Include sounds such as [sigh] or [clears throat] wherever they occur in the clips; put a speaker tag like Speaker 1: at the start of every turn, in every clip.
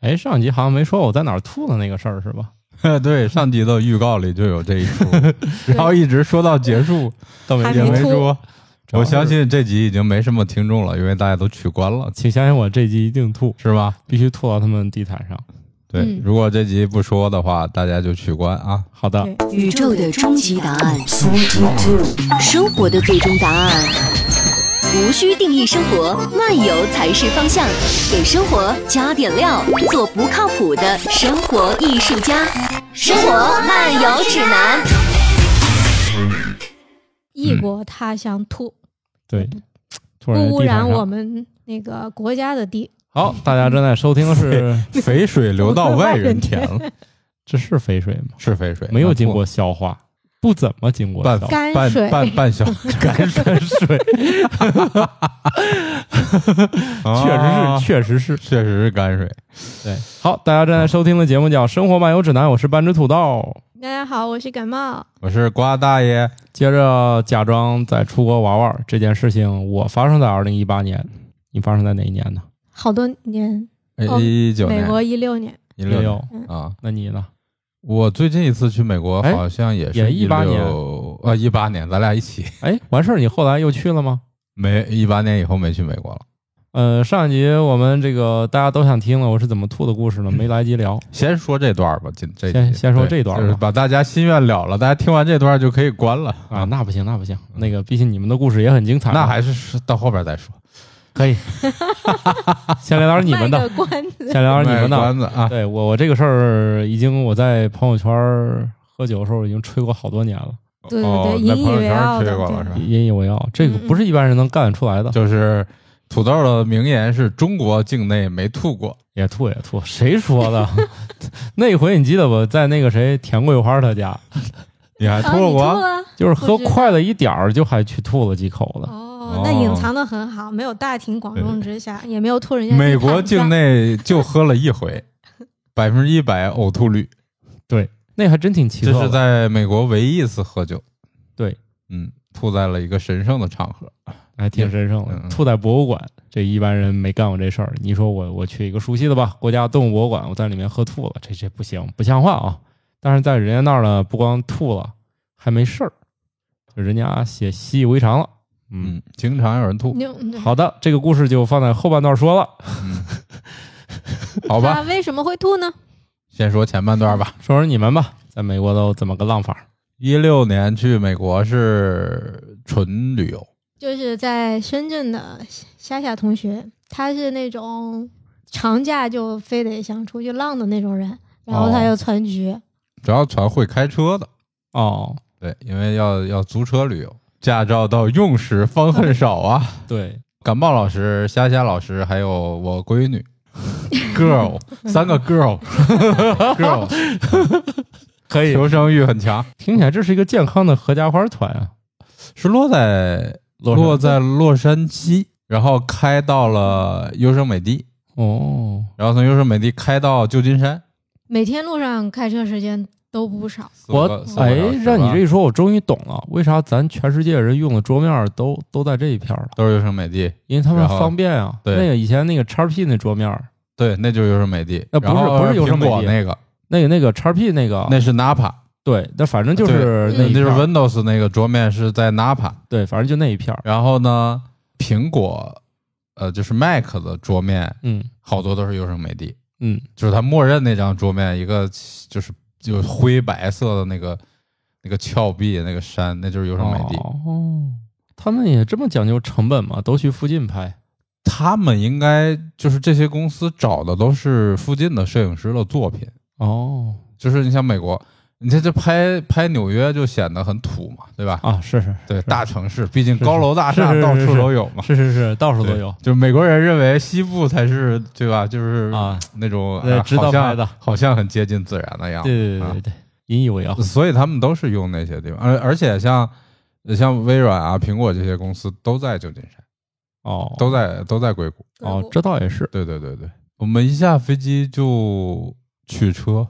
Speaker 1: 哎，上集好像没说我在哪儿吐的那个事儿是吧？
Speaker 2: [laughs] 对，上集的预告里就有这一
Speaker 3: [laughs]
Speaker 2: 出，然后一直说到结束
Speaker 1: 都没
Speaker 3: 还
Speaker 2: 也
Speaker 1: 说
Speaker 3: 没
Speaker 2: 没
Speaker 3: 吐
Speaker 2: 说。
Speaker 1: 主要
Speaker 2: 我
Speaker 1: 是
Speaker 2: 相信这集已经没什么听众了，因为大家都取关了，
Speaker 1: 请相信我，这集一定吐，
Speaker 2: 是吧？
Speaker 1: 必须吐到他们地毯上。
Speaker 2: 对，
Speaker 3: 嗯
Speaker 2: 如果这集不说的话，大家就取关
Speaker 3: [laughs]
Speaker 2: 啊。
Speaker 1: 好的，
Speaker 3: 对
Speaker 4: 宇宙的终极答案，生活的最终答案。无需定义生活，漫游才是方向。给生活加点料，做不靠谱的生活艺术家。生活漫游指南。
Speaker 3: 异国他乡吐，
Speaker 1: 对，突然
Speaker 3: 不
Speaker 1: 地
Speaker 3: 污
Speaker 1: 毯上
Speaker 3: 染我们那个国家的地。
Speaker 1: 好，大家正在收听的
Speaker 2: [laughs]
Speaker 1: 是，
Speaker 2: 肥水流到外人田了，
Speaker 1: 这是肥水吗？
Speaker 2: 是肥水，
Speaker 1: 没有经
Speaker 2: 那
Speaker 1: 过消化，不怎么经过
Speaker 2: 不
Speaker 1: 消
Speaker 2: 半
Speaker 1: 化。
Speaker 3: 干
Speaker 2: 半
Speaker 3: 水
Speaker 2: 半半
Speaker 3: [laughs]
Speaker 2: 小
Speaker 1: 干山 [laughs] 水，
Speaker 2: [laughs] 啊
Speaker 1: 确实是，确实是。
Speaker 2: 确实是泔水。
Speaker 1: 对，好，大家正在收听的节目叫《生活漫游指南》，我是半只土豆。
Speaker 3: 大家好，我是感冒。
Speaker 2: 我是瓜大爷，
Speaker 1: 接着假装在出国玩玩这件事情，我发生在二零一八年，你发生在哪一年呢？
Speaker 3: 好多年，哦
Speaker 2: 一九
Speaker 3: 美
Speaker 2: 年
Speaker 3: 国一六年，
Speaker 2: 一六
Speaker 1: 16
Speaker 2: 啊。
Speaker 1: 那你呢？
Speaker 2: 我最近一次去美国
Speaker 1: 哎
Speaker 2: 好像也
Speaker 1: 也
Speaker 2: 是
Speaker 1: 18年
Speaker 2: 16啊，一八年，咱俩一起
Speaker 1: 哎，完事儿你后来又去了吗？
Speaker 2: 没一八年以后没去美国了。
Speaker 1: 呃，上一集我们这个大家都想听了，我是怎么吐的故事呢？没来及聊。
Speaker 2: 先说这段吧，今这
Speaker 1: 先
Speaker 2: 集
Speaker 1: 先说
Speaker 2: 对
Speaker 1: 这段吧
Speaker 2: 就是把大家心愿了了，大家听完这段就可以关了
Speaker 1: 啊，。那不行，那不行，那个毕竟你们的故事也很精彩啊嘛，
Speaker 2: 那还是是到后边再说，
Speaker 1: 可以。 [laughs] 先聊点你们
Speaker 3: 卖
Speaker 1: 的，
Speaker 3: 个关子。
Speaker 1: 先聊点你
Speaker 2: 卖
Speaker 1: 们
Speaker 2: 个
Speaker 1: 的
Speaker 2: 关。子啊，
Speaker 1: 对我，我这个事儿已经我在朋友圈儿喝酒的时候已经吹过好多年了，
Speaker 3: 对对
Speaker 2: 哦
Speaker 3: 对，
Speaker 2: 那
Speaker 3: 引以
Speaker 2: 朋友
Speaker 3: 为
Speaker 2: 圈
Speaker 3: 傲
Speaker 2: 吹
Speaker 3: 的。
Speaker 2: 过了
Speaker 3: 对
Speaker 2: 是吧？
Speaker 1: 引以为傲。这个
Speaker 3: 嗯嗯
Speaker 1: 不是一般人能干得出来的，
Speaker 2: 就是土豆的名言是中国境内没吐过，
Speaker 1: 也吐也吐，谁说的？ [laughs] 那回你记得不？在那个谁田桂花他家，
Speaker 2: 你 [laughs] 还
Speaker 3: 啊，你
Speaker 2: 吐
Speaker 3: 吐
Speaker 2: 过？
Speaker 3: 了？
Speaker 1: 就是喝
Speaker 3: 我知道
Speaker 1: 快了一点儿，就还去吐了几口的。
Speaker 3: 哦，那隐藏的很好，没有大庭广众之下，也没有吐人家。
Speaker 2: 美国境，内就喝了一回，百分之一百呕吐率，
Speaker 1: 那还真挺奇
Speaker 2: 这
Speaker 1: 特
Speaker 2: 是
Speaker 1: 的。
Speaker 2: 在美国唯一一次喝酒。
Speaker 1: 对，
Speaker 2: 嗯，吐在了一个神圣的场合。
Speaker 1: 还挺神圣的
Speaker 2: 嗯，嗯
Speaker 1: 吐在博物馆，这一般人没干过这事儿。你说我我去一个熟悉的吧，国家动物博物馆，我在里面喝吐了，这这不行，不像话啊！但是在人家那儿呢，不光吐了，还没事儿，就人家写习以为常了。嗯，
Speaker 2: 嗯，经常有人吐，
Speaker 3: 你嗯对
Speaker 1: 好的，这个故事就放在后半段说了。
Speaker 2: 好吧
Speaker 3: 嗯他，为什么会吐呢？
Speaker 2: 先说前半段吧。
Speaker 1: 说说你们吧，在美国都怎么个浪法？
Speaker 2: 一六年去美国是纯旅游，
Speaker 3: 就是在深圳的夏夏同学，他是那种长假就非得想出去浪的那种人，然后
Speaker 2: 哦
Speaker 3: 他又窜局，
Speaker 2: 主要船会开车的，
Speaker 1: 哦，
Speaker 2: 对，因为要要租车旅游，驾照到用时方恨少啊。
Speaker 1: 对，
Speaker 2: 感冒老师、虾虾老师，还有我闺女
Speaker 1: [laughs]
Speaker 2: ，girl，三 [laughs] 个 girl，girl，
Speaker 1: 可以，
Speaker 2: 求生欲很强，
Speaker 1: 听起来这是一个健康的合家欢团啊。
Speaker 2: 是落在
Speaker 1: 洛
Speaker 2: 落
Speaker 1: 杉矶
Speaker 2: 在洛杉矶，然后开到了优胜美地，
Speaker 1: 哦，
Speaker 2: 然后从优胜美地开到旧金山。
Speaker 3: 每天路上开车时间都不少。
Speaker 2: 四
Speaker 1: 我
Speaker 2: 个四个
Speaker 1: 哎
Speaker 2: 小时，啊吧
Speaker 1: 让你这一说，我终于懂了，为啥咱全世界人用的桌面儿都都在这一片儿了？
Speaker 2: 都是优胜美地，
Speaker 1: 因为他们
Speaker 2: 然后
Speaker 1: 方便啊。
Speaker 2: 对
Speaker 1: 那个以前那个叉 P 那桌面儿，
Speaker 2: 对，那就是优胜美地。
Speaker 1: 呃不是
Speaker 2: 然后
Speaker 1: 不是优胜美地啊
Speaker 2: 苹果那个，
Speaker 1: 那个那个叉 P 那个，
Speaker 2: 那是 Napa，
Speaker 1: 对，那反正就是
Speaker 3: 对
Speaker 1: 那
Speaker 2: 那
Speaker 1: 一
Speaker 2: 就是
Speaker 1: 片儿
Speaker 2: Windows 那个桌面是在 Napa。
Speaker 1: 对，反正就那一片儿。
Speaker 2: 然后呢，苹果呃就是 Mac 的桌面
Speaker 1: 嗯
Speaker 2: 好多都是优胜美地，
Speaker 1: 嗯，
Speaker 2: 就是它默认那张桌面一个就是就是灰白色的那个那个峭壁那个山，那就是优胜美地。
Speaker 1: 哦，他们也这么讲究成本吗？都去附近拍。
Speaker 2: 他们应该就是这些公司找的都是附近的摄影师的作品，
Speaker 1: 哦
Speaker 2: 就是你像美国，你这这拍拍纽约就显得很土嘛，对吧？
Speaker 1: 啊，是是
Speaker 2: 对，大城市，毕竟
Speaker 1: 是
Speaker 2: 高楼大厦
Speaker 1: 是是
Speaker 2: 到
Speaker 1: 是
Speaker 2: 处
Speaker 1: 是
Speaker 2: 都有嘛。
Speaker 1: 是是是，到处都
Speaker 2: 对
Speaker 1: 有。
Speaker 2: 就是美国人认为西部才是对吧？就是
Speaker 1: 啊，
Speaker 2: 那种
Speaker 1: 呃
Speaker 2: 啊
Speaker 1: 知道
Speaker 2: 好像
Speaker 1: 拍的
Speaker 2: 好像很接近自然的样子。
Speaker 1: 对对对对对，引以为傲。
Speaker 2: 所以他们啊都是用那些地方，而而且像像微软啊、苹果这些公司都在旧金山，
Speaker 1: 哦，
Speaker 2: 都在都在硅谷。
Speaker 1: 哦，这倒也是。
Speaker 2: 对对对对，我们一下飞机就取车，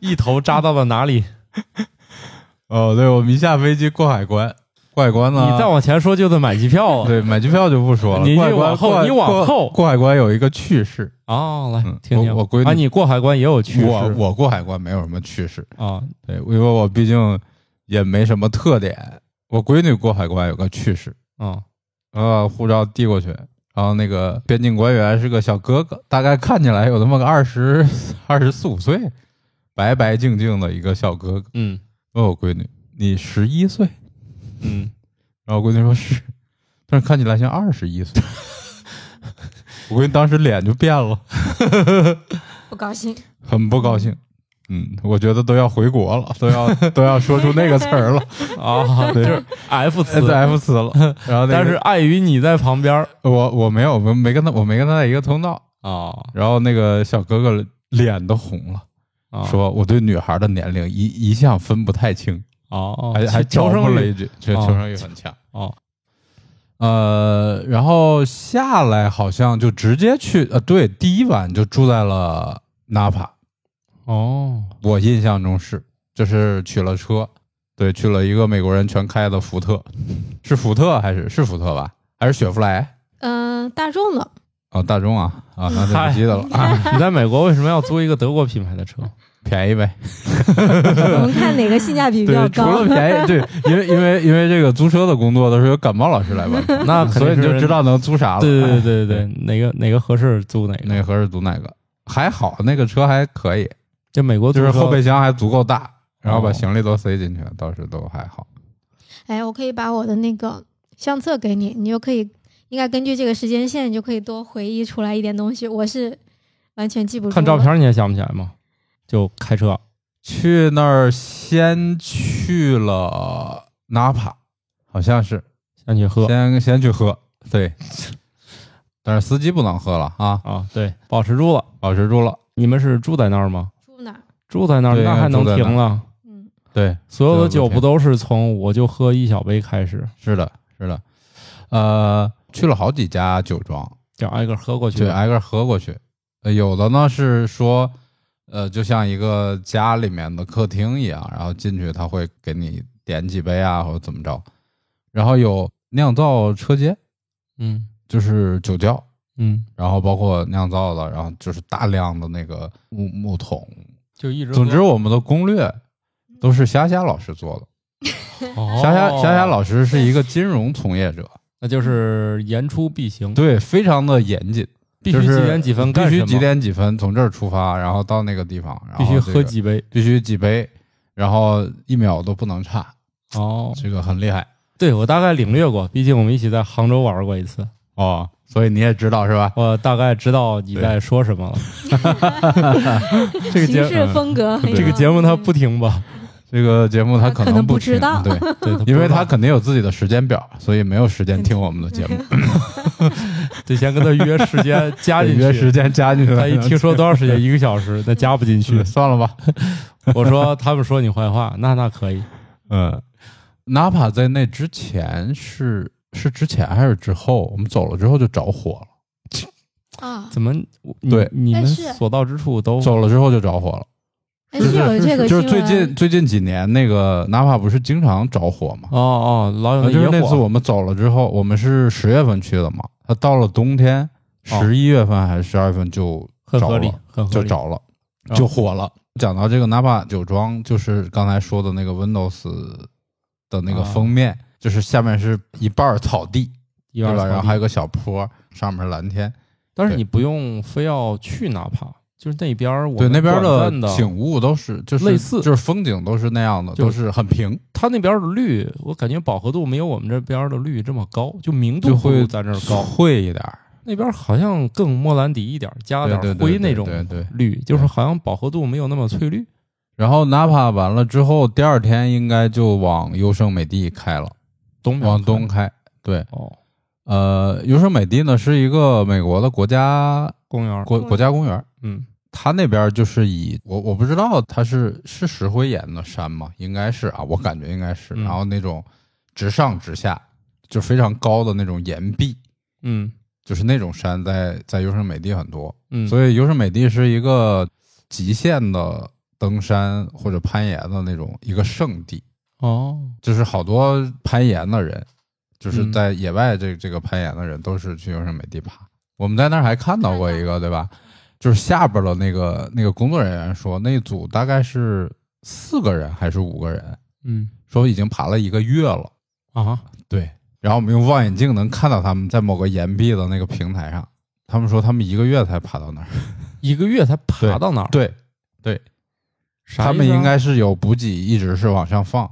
Speaker 1: 一头扎到了哪里？
Speaker 2: 哦，对，我们一下飞机过海关，过海关呢？
Speaker 1: 你再往前说就得买机
Speaker 2: [laughs]
Speaker 1: 票了。
Speaker 2: 对买机票就不说了，
Speaker 1: 你
Speaker 2: 过海
Speaker 1: 你
Speaker 2: 关
Speaker 1: 往后
Speaker 2: 过
Speaker 1: 你往
Speaker 2: 过
Speaker 1: 后
Speaker 2: 过海关有一个趣事，
Speaker 1: 哦，来
Speaker 2: 嗯
Speaker 1: 听听
Speaker 2: 我我闺女
Speaker 1: 啊，你过海关也有趣事
Speaker 2: 我我过海关没有什么趣事，
Speaker 1: 啊，
Speaker 2: 对，因为我毕竟也没什么特点。我闺女过海关有个趣事，
Speaker 1: 嗯
Speaker 2: 然后把护照递过去，然后那个边境官员是个小哥哥，大概看起来有那么个二十 [laughs] 二十四五岁，白白净净的一个小哥哥。
Speaker 1: 嗯
Speaker 2: 问我闺女：“你十一岁
Speaker 1: 嗯，？”
Speaker 2: 然后我闺女说是， [laughs] 但是看起来像二十一岁。 [laughs] 我闺女当时脸就变了，
Speaker 3: 不高兴。
Speaker 2: 很不高兴。嗯，我觉得都要回国了，都要都要说出那个词儿了，
Speaker 1: [laughs] 啊，
Speaker 2: 对
Speaker 1: 就是 [laughs] F 词，
Speaker 2: f
Speaker 1: [laughs]
Speaker 2: 词了。然后那个、
Speaker 1: 但是碍于你在旁边儿
Speaker 2: 我我没有，我没跟他，我没跟他在一个通道。
Speaker 1: 啊
Speaker 2: 然后那个小哥哥脸都红了，
Speaker 1: 啊，
Speaker 2: 说我对女孩的年龄一一向分不太清，
Speaker 1: 哦，
Speaker 2: 还还
Speaker 1: 求
Speaker 2: 招
Speaker 1: 生
Speaker 2: 呼了
Speaker 1: 欲
Speaker 2: 一句，求
Speaker 1: 哦
Speaker 2: 求生欲很强。
Speaker 1: 哦，
Speaker 2: 呃，然后下来好像就直接去，呃，对，第一晚就住在了纳帕，
Speaker 1: 哦，
Speaker 2: 我印象中是，就是取了车，对，去了一个美国人全开的福特，是福特还是是福特吧？还是雪佛兰？
Speaker 3: 嗯、大
Speaker 1: [laughs]
Speaker 3: 众的
Speaker 2: 哦，大众啊啊，那就
Speaker 1: 嗨
Speaker 2: 不记得了啊，
Speaker 1: 你在美国为什么要租一个德国品牌的车？
Speaker 2: [laughs] 便宜呗。
Speaker 3: 我们看哪个性价比比较
Speaker 2: 对，除
Speaker 3: 高
Speaker 2: 了。便宜，对，因为因为因为这个租车的工作都是由感冒老师来 [laughs] 完成，
Speaker 1: 那肯定
Speaker 2: 所以你就是知道能租啥了。
Speaker 1: 对对
Speaker 2: 哎，
Speaker 1: 对对对，哪个哪个合适租哪
Speaker 2: 哪
Speaker 1: 个。
Speaker 2: 个合适租哪个，还好那个车还可以，
Speaker 1: 这美国租
Speaker 2: 就是
Speaker 1: 车
Speaker 2: 后备箱还足够大，然后把
Speaker 1: 哦
Speaker 2: 行李都塞进去了，倒是都还好。
Speaker 3: 哎，我可以把我的那个相册给你，你就可以应该根据这个时间线，你就可以多回忆出来一点东西。我是完全记不住。
Speaker 1: 看照，片你还想不起来吗？就开车
Speaker 2: 去那儿先去了纳帕，好像是
Speaker 1: 先去喝
Speaker 2: 先先去喝， [laughs] 对，但是司机不能喝了啊，
Speaker 1: 啊，对，保持住了。
Speaker 2: 保持住了。
Speaker 1: 你们是住在那儿吗？
Speaker 3: 住哪儿？
Speaker 1: 住在那儿
Speaker 2: 对
Speaker 1: 那还能
Speaker 2: 住在那儿
Speaker 1: 停了？
Speaker 3: 嗯，
Speaker 2: 对，
Speaker 1: 所有的酒不
Speaker 2: 都
Speaker 1: 都是从我就喝一小杯开始，
Speaker 2: 是的，是的，呃，去了好几家酒庄，
Speaker 1: 就挨个喝过去
Speaker 2: 就
Speaker 1: 了？
Speaker 2: 挨个喝过去。呃有的呢是说，呃，就像一个家里面的客厅一样，然后进去他会给你点几杯啊，或者怎么着。然后有酿造车间，
Speaker 1: 嗯
Speaker 2: 就是酒窖，
Speaker 1: 嗯，
Speaker 2: 然后包括酿造的，然后就是大量的那个木木桶。
Speaker 1: 就一直喝。
Speaker 2: 总之，我们的攻略都是霞霞老师做的。
Speaker 1: 哦，
Speaker 2: 霞霞霞霞老师是一个金融从业者，
Speaker 1: 那就是言出必行，
Speaker 2: 对，非常的严谨，
Speaker 1: 必
Speaker 2: 就
Speaker 1: 须
Speaker 2: 是
Speaker 1: 几点几分
Speaker 2: 必
Speaker 1: 干什
Speaker 2: 须
Speaker 1: 么？
Speaker 2: 几点几分从这儿出发，然后到那个地方，然后
Speaker 1: 必须
Speaker 2: 这
Speaker 1: 喝
Speaker 2: 个
Speaker 1: 几杯
Speaker 2: 必须几杯，然后一秒都不能差，
Speaker 1: 哦。
Speaker 2: 这个很厉害
Speaker 1: 对，我大概领略过，毕竟我们一起在杭州玩过一次，
Speaker 2: 哦。所以你也知道是吧？
Speaker 1: 我大概知道你在说什
Speaker 3: [laughs]
Speaker 1: 么了。这个节
Speaker 3: 行事风格很有
Speaker 1: 这个节目它不停吧？
Speaker 2: 这个节目他可
Speaker 3: 可能
Speaker 2: 不
Speaker 3: 不知道
Speaker 2: 听 [laughs] 对，
Speaker 1: 对， [laughs]
Speaker 2: 因为他
Speaker 1: 他
Speaker 2: 肯定有自己的时间表，所以没有时间听我们的节目，
Speaker 1: [laughs] 得先跟他约时
Speaker 2: [laughs]
Speaker 1: 间加进去，
Speaker 2: 约时间加进去。
Speaker 1: 他
Speaker 2: [laughs]
Speaker 1: 一听说多长时间，一个小时，那加不进去
Speaker 2: 去。算了吧，
Speaker 1: [laughs] 我说他们说你坏话，那那可以。
Speaker 2: 嗯，哪怕在那之前是是之前还是之后，我们走了之后就着火了。
Speaker 1: [laughs]
Speaker 3: 啊，
Speaker 1: 怎么你
Speaker 2: 对
Speaker 1: 你们
Speaker 3: 但是
Speaker 1: 所到之处都
Speaker 2: 走了之后就着火了，
Speaker 3: 哎，
Speaker 1: 嗯
Speaker 3: 是
Speaker 2: [laughs]
Speaker 3: 有这个
Speaker 2: 就是
Speaker 3: 新闻。
Speaker 2: 最近最近几年那个哪怕不是经常着火吗？
Speaker 1: 哦哦，老有
Speaker 2: 啊就是
Speaker 1: 野
Speaker 2: 那
Speaker 1: 火
Speaker 2: 次我们走了之后，我们是十月份去的嘛，它到了冬天，
Speaker 1: 哦
Speaker 2: 十一月份还是十二月份就
Speaker 1: 很
Speaker 2: 着
Speaker 1: 合理
Speaker 2: 了，
Speaker 1: 很合
Speaker 2: 就
Speaker 1: 理。
Speaker 2: 着了，
Speaker 1: 啊
Speaker 2: 就火了。讲到这个 Napa 酒庄，就是刚才说的那个 Windows 的那个
Speaker 1: 啊
Speaker 2: 封面，就是下面是一半儿草地，
Speaker 1: 一边
Speaker 2: 对吧？
Speaker 1: 草
Speaker 2: 然后
Speaker 1: 地
Speaker 2: 还有个小坡，上面是蓝天。
Speaker 1: 但是
Speaker 2: 对
Speaker 1: 你不用非要去哪怕，就是那边儿我
Speaker 2: 对，
Speaker 1: 们
Speaker 2: 那边
Speaker 1: 短
Speaker 2: 的
Speaker 1: 暂的
Speaker 2: 景物都是就是
Speaker 1: 类似
Speaker 2: 就是风景都是那样的，
Speaker 1: 就
Speaker 2: 都是很平，
Speaker 1: 它那边儿的绿，我感觉饱和度没有我们这边儿的绿这么高，就明
Speaker 2: 就
Speaker 1: 度不
Speaker 2: 会
Speaker 1: 如咱这儿高。
Speaker 2: 会一点儿，
Speaker 1: 那边儿好像更莫兰迪一点儿，加
Speaker 2: 对
Speaker 1: 啊点
Speaker 2: 对
Speaker 1: 儿
Speaker 2: 对
Speaker 1: 灰
Speaker 2: 对
Speaker 1: 那种
Speaker 2: 对对。
Speaker 1: 绿，就是好像饱和度没有那么翠绿。
Speaker 2: 然后哪怕完了之后，第二天应该就往优胜美地开了，
Speaker 1: 东面
Speaker 2: 往
Speaker 1: 看
Speaker 2: 东开。对，
Speaker 1: 哦，
Speaker 2: 呃，优胜美地呢是一个美国的国家
Speaker 1: 公园儿
Speaker 2: 国国家公园，
Speaker 1: 嗯
Speaker 2: 它那边就是以我我不知道它是是石灰岩的山吗？应该是啊，我感觉应该是。
Speaker 1: 嗯
Speaker 2: 然后那种直上直下，就非常高的那种岩壁，
Speaker 1: 嗯
Speaker 2: 就是那种山在在优胜美地很多，
Speaker 1: 嗯，以
Speaker 2: 所以优胜美地是一个极限的登山或者攀岩的那种一个圣地。
Speaker 1: 哦，
Speaker 2: 就是好多攀岩的人，就是
Speaker 1: 嗯
Speaker 2: 在野外这这个攀岩的人，都是去优胜美地爬。我们在那儿还看到过一个，对吧？就是下边的那个那个工作人员说，那组大概是四个人还是五个人，
Speaker 1: 嗯
Speaker 2: 说已经爬了一个月了。
Speaker 1: 啊，
Speaker 2: 对，然后我们用望远镜能看到他们在某个岩壁的那个平台上，他们说他们一个月才爬到那儿。
Speaker 1: 一个月才爬到那儿，
Speaker 2: 对，
Speaker 1: 啥
Speaker 2: 他们
Speaker 1: 意思啊
Speaker 2: 应该是有补给，一直是往上放，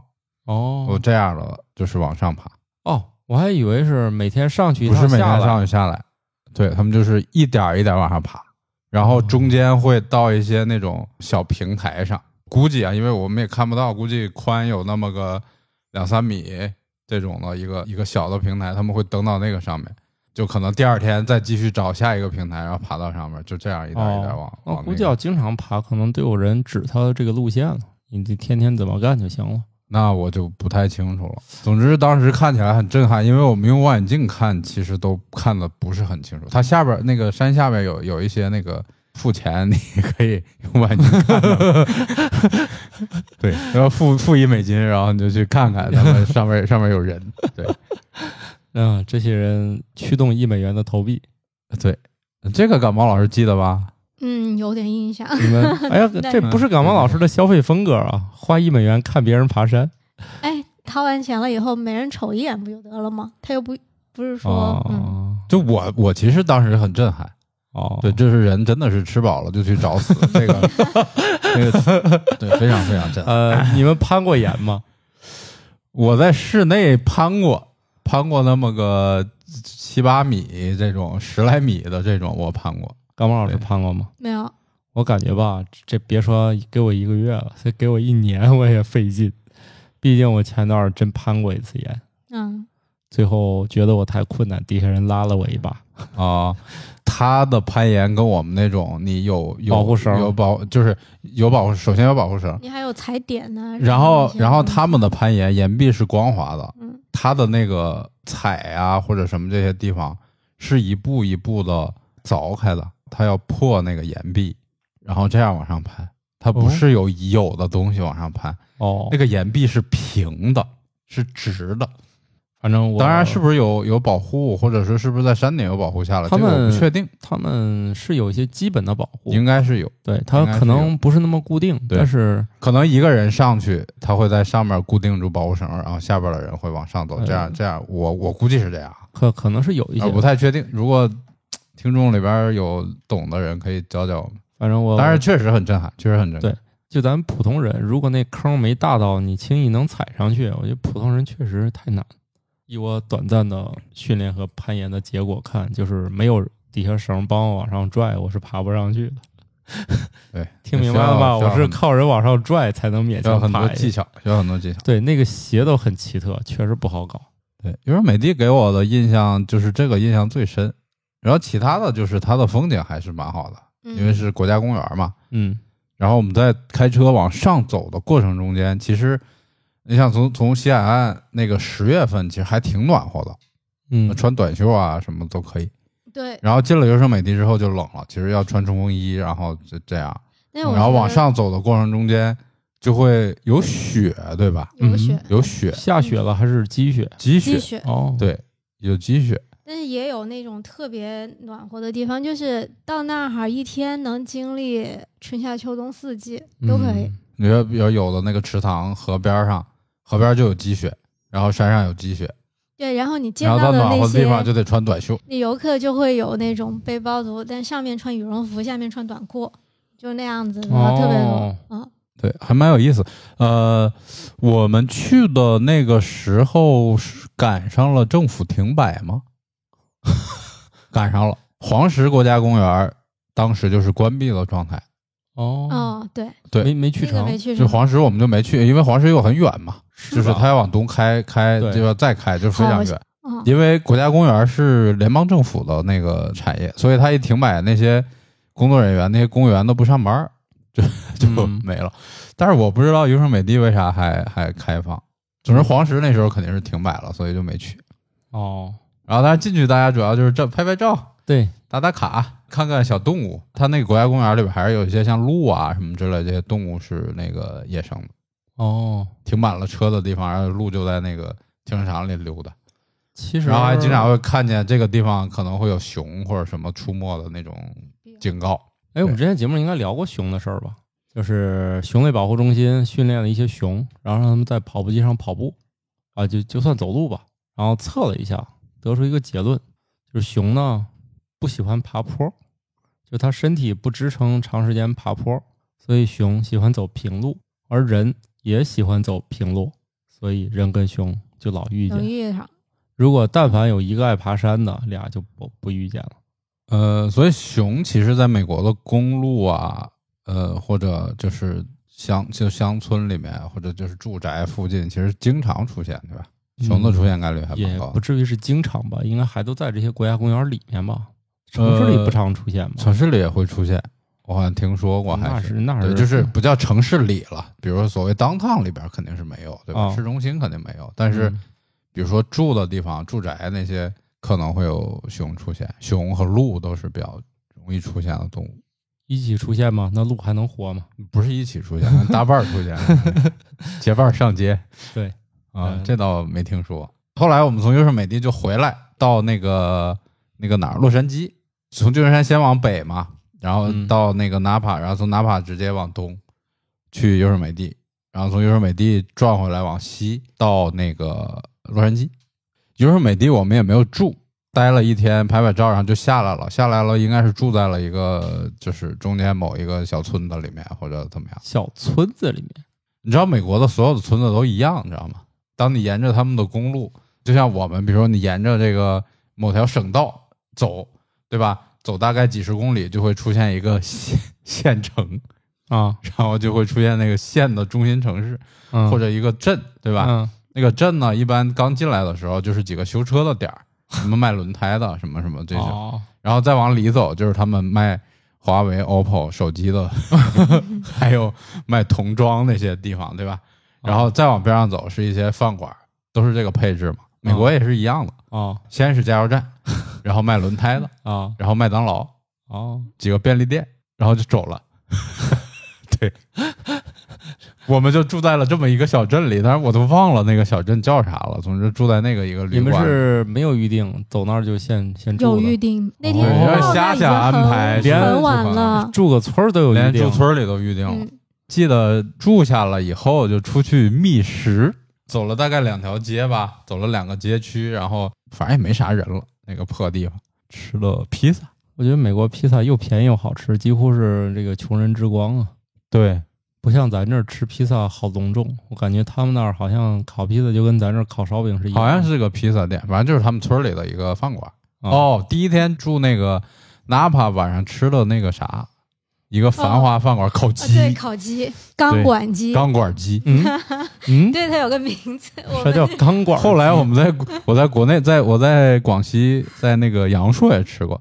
Speaker 1: 哦
Speaker 2: 哦，这样的就是往上爬。
Speaker 1: 哦，我还以为是每天上去一
Speaker 2: 不是
Speaker 1: 趟
Speaker 2: 每天
Speaker 1: 下来，
Speaker 2: 上去下来，对他们就是一点儿一点儿往上爬，然后中间会到一些那种小平台上，估计啊，因为我们也看不到，估计宽有那么个两三米这种的一个一个小的平台，他们会登到那个上面，就可能第二天再继续找下一个平台，然后爬到上面，就这样一点儿一点儿往、
Speaker 1: 哦
Speaker 2: 往
Speaker 1: 我估
Speaker 2: 那
Speaker 1: 计
Speaker 2: 个
Speaker 1: 要经常爬，可能都有人指他这个路线了。你这天天怎么干就行了。
Speaker 2: 那我就不太清楚了。总之当时看起来很震撼，因为我们用望远镜看，其实都看的不是很清楚。它下边那个山下边有有一些那个付钱，你可以用望远镜看到。 [laughs] 对，然后付付一美金，然后你就去看看他们上面上面有人。对
Speaker 1: 嗯，这些人驱动一美元的投币，
Speaker 2: 对，这个感冒老师记得吧？
Speaker 3: 嗯，有点印象。 [laughs]
Speaker 1: 你们哎呀，这不是感冒老师的消费风格
Speaker 3: 嗯
Speaker 1: 啊！花一美元看别人爬山
Speaker 3: 哎，掏完钱了以后，每人瞅一眼不就得了吗？他又不不是说、嗯，
Speaker 1: 哦
Speaker 2: 就我我其实当时很震撼，
Speaker 1: 哦，
Speaker 2: 对，这是人真的是吃饱了就去找死，这个这个对非常非常震撼。
Speaker 1: 呃，你们攀过岩吗？
Speaker 2: 我在室内攀过，攀过那么个七八米这种十来米的这种，我攀过。
Speaker 1: 感冒老师攀过吗？
Speaker 3: 没有，
Speaker 1: 我感觉吧，这别说给我一个月了，这给我一年我也费劲。毕竟我前段儿真攀过一次岩，
Speaker 3: 嗯，
Speaker 1: 最后觉得我太困难，底下人拉了我一把。
Speaker 2: 啊、他的攀岩跟我们那种，你有有
Speaker 1: 保护绳
Speaker 2: 有保就是有保护，首先有保护绳，
Speaker 3: 你还有踩点呢、
Speaker 2: 然后
Speaker 3: 什么那些
Speaker 2: 然后他们的攀岩岩壁是光滑的，
Speaker 3: 嗯
Speaker 2: 他的那个踩啊或者什么这些地方是一步一步的凿开的，他要破那个岩壁，然后这样往上攀，他不
Speaker 1: 哦
Speaker 2: 是有有的东西往上攀。
Speaker 1: 哦
Speaker 2: 那，个岩壁是平的，是直的。
Speaker 1: 反正我
Speaker 2: 当然，是不是有有保护，或者说是不是在山顶有保护下来，
Speaker 1: 他们
Speaker 2: 这个我不确定，
Speaker 1: 他们是有一些基本的保护，
Speaker 2: 应该是有。
Speaker 1: 对它
Speaker 2: 应该是
Speaker 1: 可能不是那么固定，
Speaker 2: 对
Speaker 1: 但是
Speaker 2: 可能一个人上去，他会在上面固定住保护绳，然后下边的人会往上走。
Speaker 1: 嗯
Speaker 2: 这样，这样，我我估计是这样，
Speaker 1: 可可能是有一
Speaker 2: 啊，
Speaker 1: 些
Speaker 2: 不。太确定。如果听众里边有懂的人，可以教教我们。
Speaker 1: 反正我
Speaker 2: 当然，确实很震撼，确实很震撼。
Speaker 1: 嗯对就咱普通人，如果那坑没大到你轻易能踩上去，我觉得普通人确实太难。以我短暂的训练和攀岩的结果看，就是没有底下绳帮我往上拽，我是爬不上去的。
Speaker 2: [laughs] 对，
Speaker 1: 听明白了吧？
Speaker 2: 需要
Speaker 1: 我是靠人往上拽才能勉
Speaker 2: 需要
Speaker 1: 强
Speaker 2: 很
Speaker 1: 爬
Speaker 2: 多
Speaker 1: 一
Speaker 2: 技巧，需要很多技巧。
Speaker 1: 对，那个鞋都很奇特，确实不好搞。
Speaker 2: 对，因为美的给我的印象就是这个印象最深，然后其他的就是它的风景还是蛮好的，
Speaker 3: 嗯
Speaker 2: 因为是国家公园嘛。
Speaker 1: 嗯，
Speaker 2: 然后我们在开车往上走的过程中间，其实你想从从西海岸那个十月份，其实还挺暖和的，
Speaker 1: 嗯，
Speaker 2: 穿短袖啊什么都可以。
Speaker 3: 对，
Speaker 2: 然后进了优胜美地之后就冷了，其实要穿冲锋衣，然后就这样。
Speaker 3: 那我
Speaker 2: 然后
Speaker 3: 觉
Speaker 2: 往
Speaker 3: 得
Speaker 2: 上走的过程中间就会有雪，对吧？
Speaker 3: 有雪、
Speaker 2: 有雪，
Speaker 1: 下雪了还是积雪？
Speaker 2: 嗯积
Speaker 3: 嗯积
Speaker 2: 雪，
Speaker 3: 雪，
Speaker 1: 哦，，
Speaker 2: 对，有积雪。
Speaker 3: 但是也有那种特别暖和的地方，就是到那儿一天能经历春夏秋冬四季
Speaker 1: 嗯
Speaker 2: 嗯
Speaker 3: 都可以。。
Speaker 2: 你说比如有的那个池塘河边儿上，河边儿就有积雪，然后山上有积雪，
Speaker 3: 对，然后你见
Speaker 2: 然后
Speaker 3: 到
Speaker 2: 到
Speaker 3: 的
Speaker 2: 暖
Speaker 3: 那
Speaker 2: 和的
Speaker 3: 些
Speaker 2: 地方就得穿短袖。
Speaker 3: 那游客就会有那种背包族，但上面穿羽绒服，下面穿短裤，就那样子，然后特别冷
Speaker 1: 哦。
Speaker 3: 嗯，
Speaker 2: 对，还蛮有意思。呃，我们去的那个时候是赶上了政府停摆吗？赶上了，黄石国家公园儿当时就是关闭的状态。
Speaker 1: 哦，
Speaker 3: 哦，对，
Speaker 2: 对
Speaker 1: 没没去
Speaker 3: 那个
Speaker 1: 成
Speaker 3: 没，去
Speaker 2: 就
Speaker 3: 成。
Speaker 2: 黄石我们就没去，因为黄石又很远嘛，就是
Speaker 1: 吧
Speaker 2: 它要往东开，开
Speaker 1: 对哦
Speaker 2: 就要再开，就非
Speaker 3: 好
Speaker 2: 常远。
Speaker 3: 嗯，
Speaker 2: 因为国家公园是联邦政府的那个产业，所以他一停摆，那些工作人员、那些公务员都不上班儿，就 [laughs] 就
Speaker 1: 嗯
Speaker 2: 没了。但是我不知道优胜美地为啥还还开放。总之，黄石那时候肯定是停摆了，所以就没去。
Speaker 1: 哦，
Speaker 2: 然后，当然进去大家主要就是照拍拍照、
Speaker 1: 对，
Speaker 2: 打打卡、看看小动物。它那个国家公园里边还是有一些像鹿啊什么之类这些动物是那个野生的。
Speaker 1: 哦，
Speaker 2: 停满了车的地方，然后路就在那个停车场里溜达，
Speaker 1: 其实
Speaker 2: 然后还经常会看见这个地方可能会有熊或者什么出没的那种警告。
Speaker 1: 哎，我们之前节目应该聊过熊的事儿吧？就是熊类保护中心训练了一些熊，然后让他们在跑步机上跑步，啊，就就算走路吧。然后测了一下，得出一个结论，就是熊呢不喜欢爬坡，就它身体不支撑长时间爬坡，所以熊喜欢走平路，而人也喜欢走平路，所以人跟熊就老遇
Speaker 3: 能
Speaker 1: 见。
Speaker 3: 遇上。
Speaker 1: 如果但凡有一个爱爬山的，俩就不不遇见了。
Speaker 2: 呃，所以熊其实在美国的公路啊，呃，或者就是乡就乡村里面，或者就是住宅附近，其实经常出现，对吧？熊的出现概率还蛮
Speaker 1: 也
Speaker 2: 高
Speaker 1: 不
Speaker 2: 的。
Speaker 1: 至于是经常吧，应该还都在这些国家公园里面吧。城市里不常出现吧？
Speaker 2: 城市里也会出现，我好像听说过，还
Speaker 1: 那
Speaker 2: 是
Speaker 1: 那
Speaker 2: 对，
Speaker 1: 是
Speaker 2: 就是不叫城市里了。比如说所谓 downtown 里边肯定是没有，对吧？
Speaker 1: 哦
Speaker 2: 市中心肯定没有，但是
Speaker 1: 嗯
Speaker 2: 比如说住的地方、住宅那些可能会有熊出现，熊和鹿都是比较容易出现的动物，
Speaker 1: 一起出现吗？那鹿还能活吗？
Speaker 2: 不是一起出现，搭伴儿出现，
Speaker 1: [laughs]
Speaker 2: 结伴儿上街。
Speaker 1: 对，
Speaker 2: 啊
Speaker 1: 嗯，
Speaker 2: 这倒没听说。后来我们从优胜美地就回来到那个那个哪儿，洛杉矶，从旧金山先往北嘛，然后
Speaker 1: 嗯
Speaker 2: 到那个纳帕，然后从纳帕直接往东去优胜美地，然后从优胜美地转回来往西到那个洛杉矶。优胜美地我们也没有住，待了一天拍拍照，然后就下来了。下来了应该是住在了一个就是中间某一个小村子里面或者怎么样。
Speaker 1: 小村子里面，
Speaker 2: 你知道美国的所有的村子都一样，你知道吗？当你沿着他们的公路，就像我们，比如说你沿着这个某条省道走，对吧？走大概几十公里，就会出现一个 [laughs] 县县城，
Speaker 1: 啊，
Speaker 2: 然后就会出现那个县的中心城市
Speaker 1: 嗯、
Speaker 2: 或者一个镇，对吧？
Speaker 1: 嗯
Speaker 2: 那个镇呢，一般刚进来的时候就是几个修车的点儿，什么卖轮胎的，什么什么这些，
Speaker 1: 哦，
Speaker 2: 然后再往里走就是他们卖华为、OPPO 手
Speaker 1: [laughs]
Speaker 2: 机的，还有卖童装那些地方，对吧？
Speaker 1: 啊
Speaker 2: 然后再往边上走是一些饭馆，都是这个配置嘛。美国也是一样的，
Speaker 1: 哦
Speaker 2: 先是加
Speaker 1: [laughs]
Speaker 2: 油站，然后卖轮胎的，
Speaker 1: 哦
Speaker 2: 然后麦当劳
Speaker 1: 哦，
Speaker 2: 几个便利店，然后就走
Speaker 1: [laughs]
Speaker 2: 了。对，我们就住在了这么一个小镇里，但是我都忘了那个小镇叫啥了。总之住在那个一个旅
Speaker 1: 你
Speaker 2: 馆
Speaker 1: 们
Speaker 2: 里。
Speaker 1: 是没有预定，走那儿就先先
Speaker 3: 有
Speaker 1: 住的，
Speaker 3: 预定那
Speaker 2: 对
Speaker 3: 天
Speaker 1: 哦
Speaker 3: 到
Speaker 1: 让
Speaker 3: 那
Speaker 2: 瞎瞎
Speaker 3: 已经
Speaker 2: 安排
Speaker 3: 很
Speaker 2: 连
Speaker 3: 很晚了，
Speaker 1: 住个村儿都有预
Speaker 2: 连
Speaker 1: 定，
Speaker 2: 住村里都预定了。
Speaker 3: 嗯，
Speaker 2: 记得住下了以后就出去觅食，走了大概两条街吧，走了两个街区，然后反正也没啥人了，那个破地方吃了披萨。
Speaker 1: 我觉得美国披萨又便宜又好吃，几乎是这个穷人之光啊。
Speaker 2: 对，
Speaker 1: 不像咱这儿吃披萨好隆重，我感觉他们那儿好像烤披萨就跟咱这儿烤烧饼是一样的，
Speaker 2: 好像是个披萨店，反正就是他们村里的一个饭馆。
Speaker 1: 啊
Speaker 2: 哦，第一天住那个纳帕，晚上吃的那个啥，一个繁华饭馆烤
Speaker 3: 啊
Speaker 2: 鸡，
Speaker 3: 对，烤鸡、钢
Speaker 2: 对
Speaker 3: 管鸡，
Speaker 2: 钢管鸡。
Speaker 1: 嗯嗯，
Speaker 3: 对它有个名
Speaker 2: [laughs]
Speaker 3: 字，我
Speaker 1: 啥
Speaker 3: 们
Speaker 1: 叫钢管儿？
Speaker 2: 后来我们在 [laughs] 我在国内，在我在广西，在那个阳朔也吃过，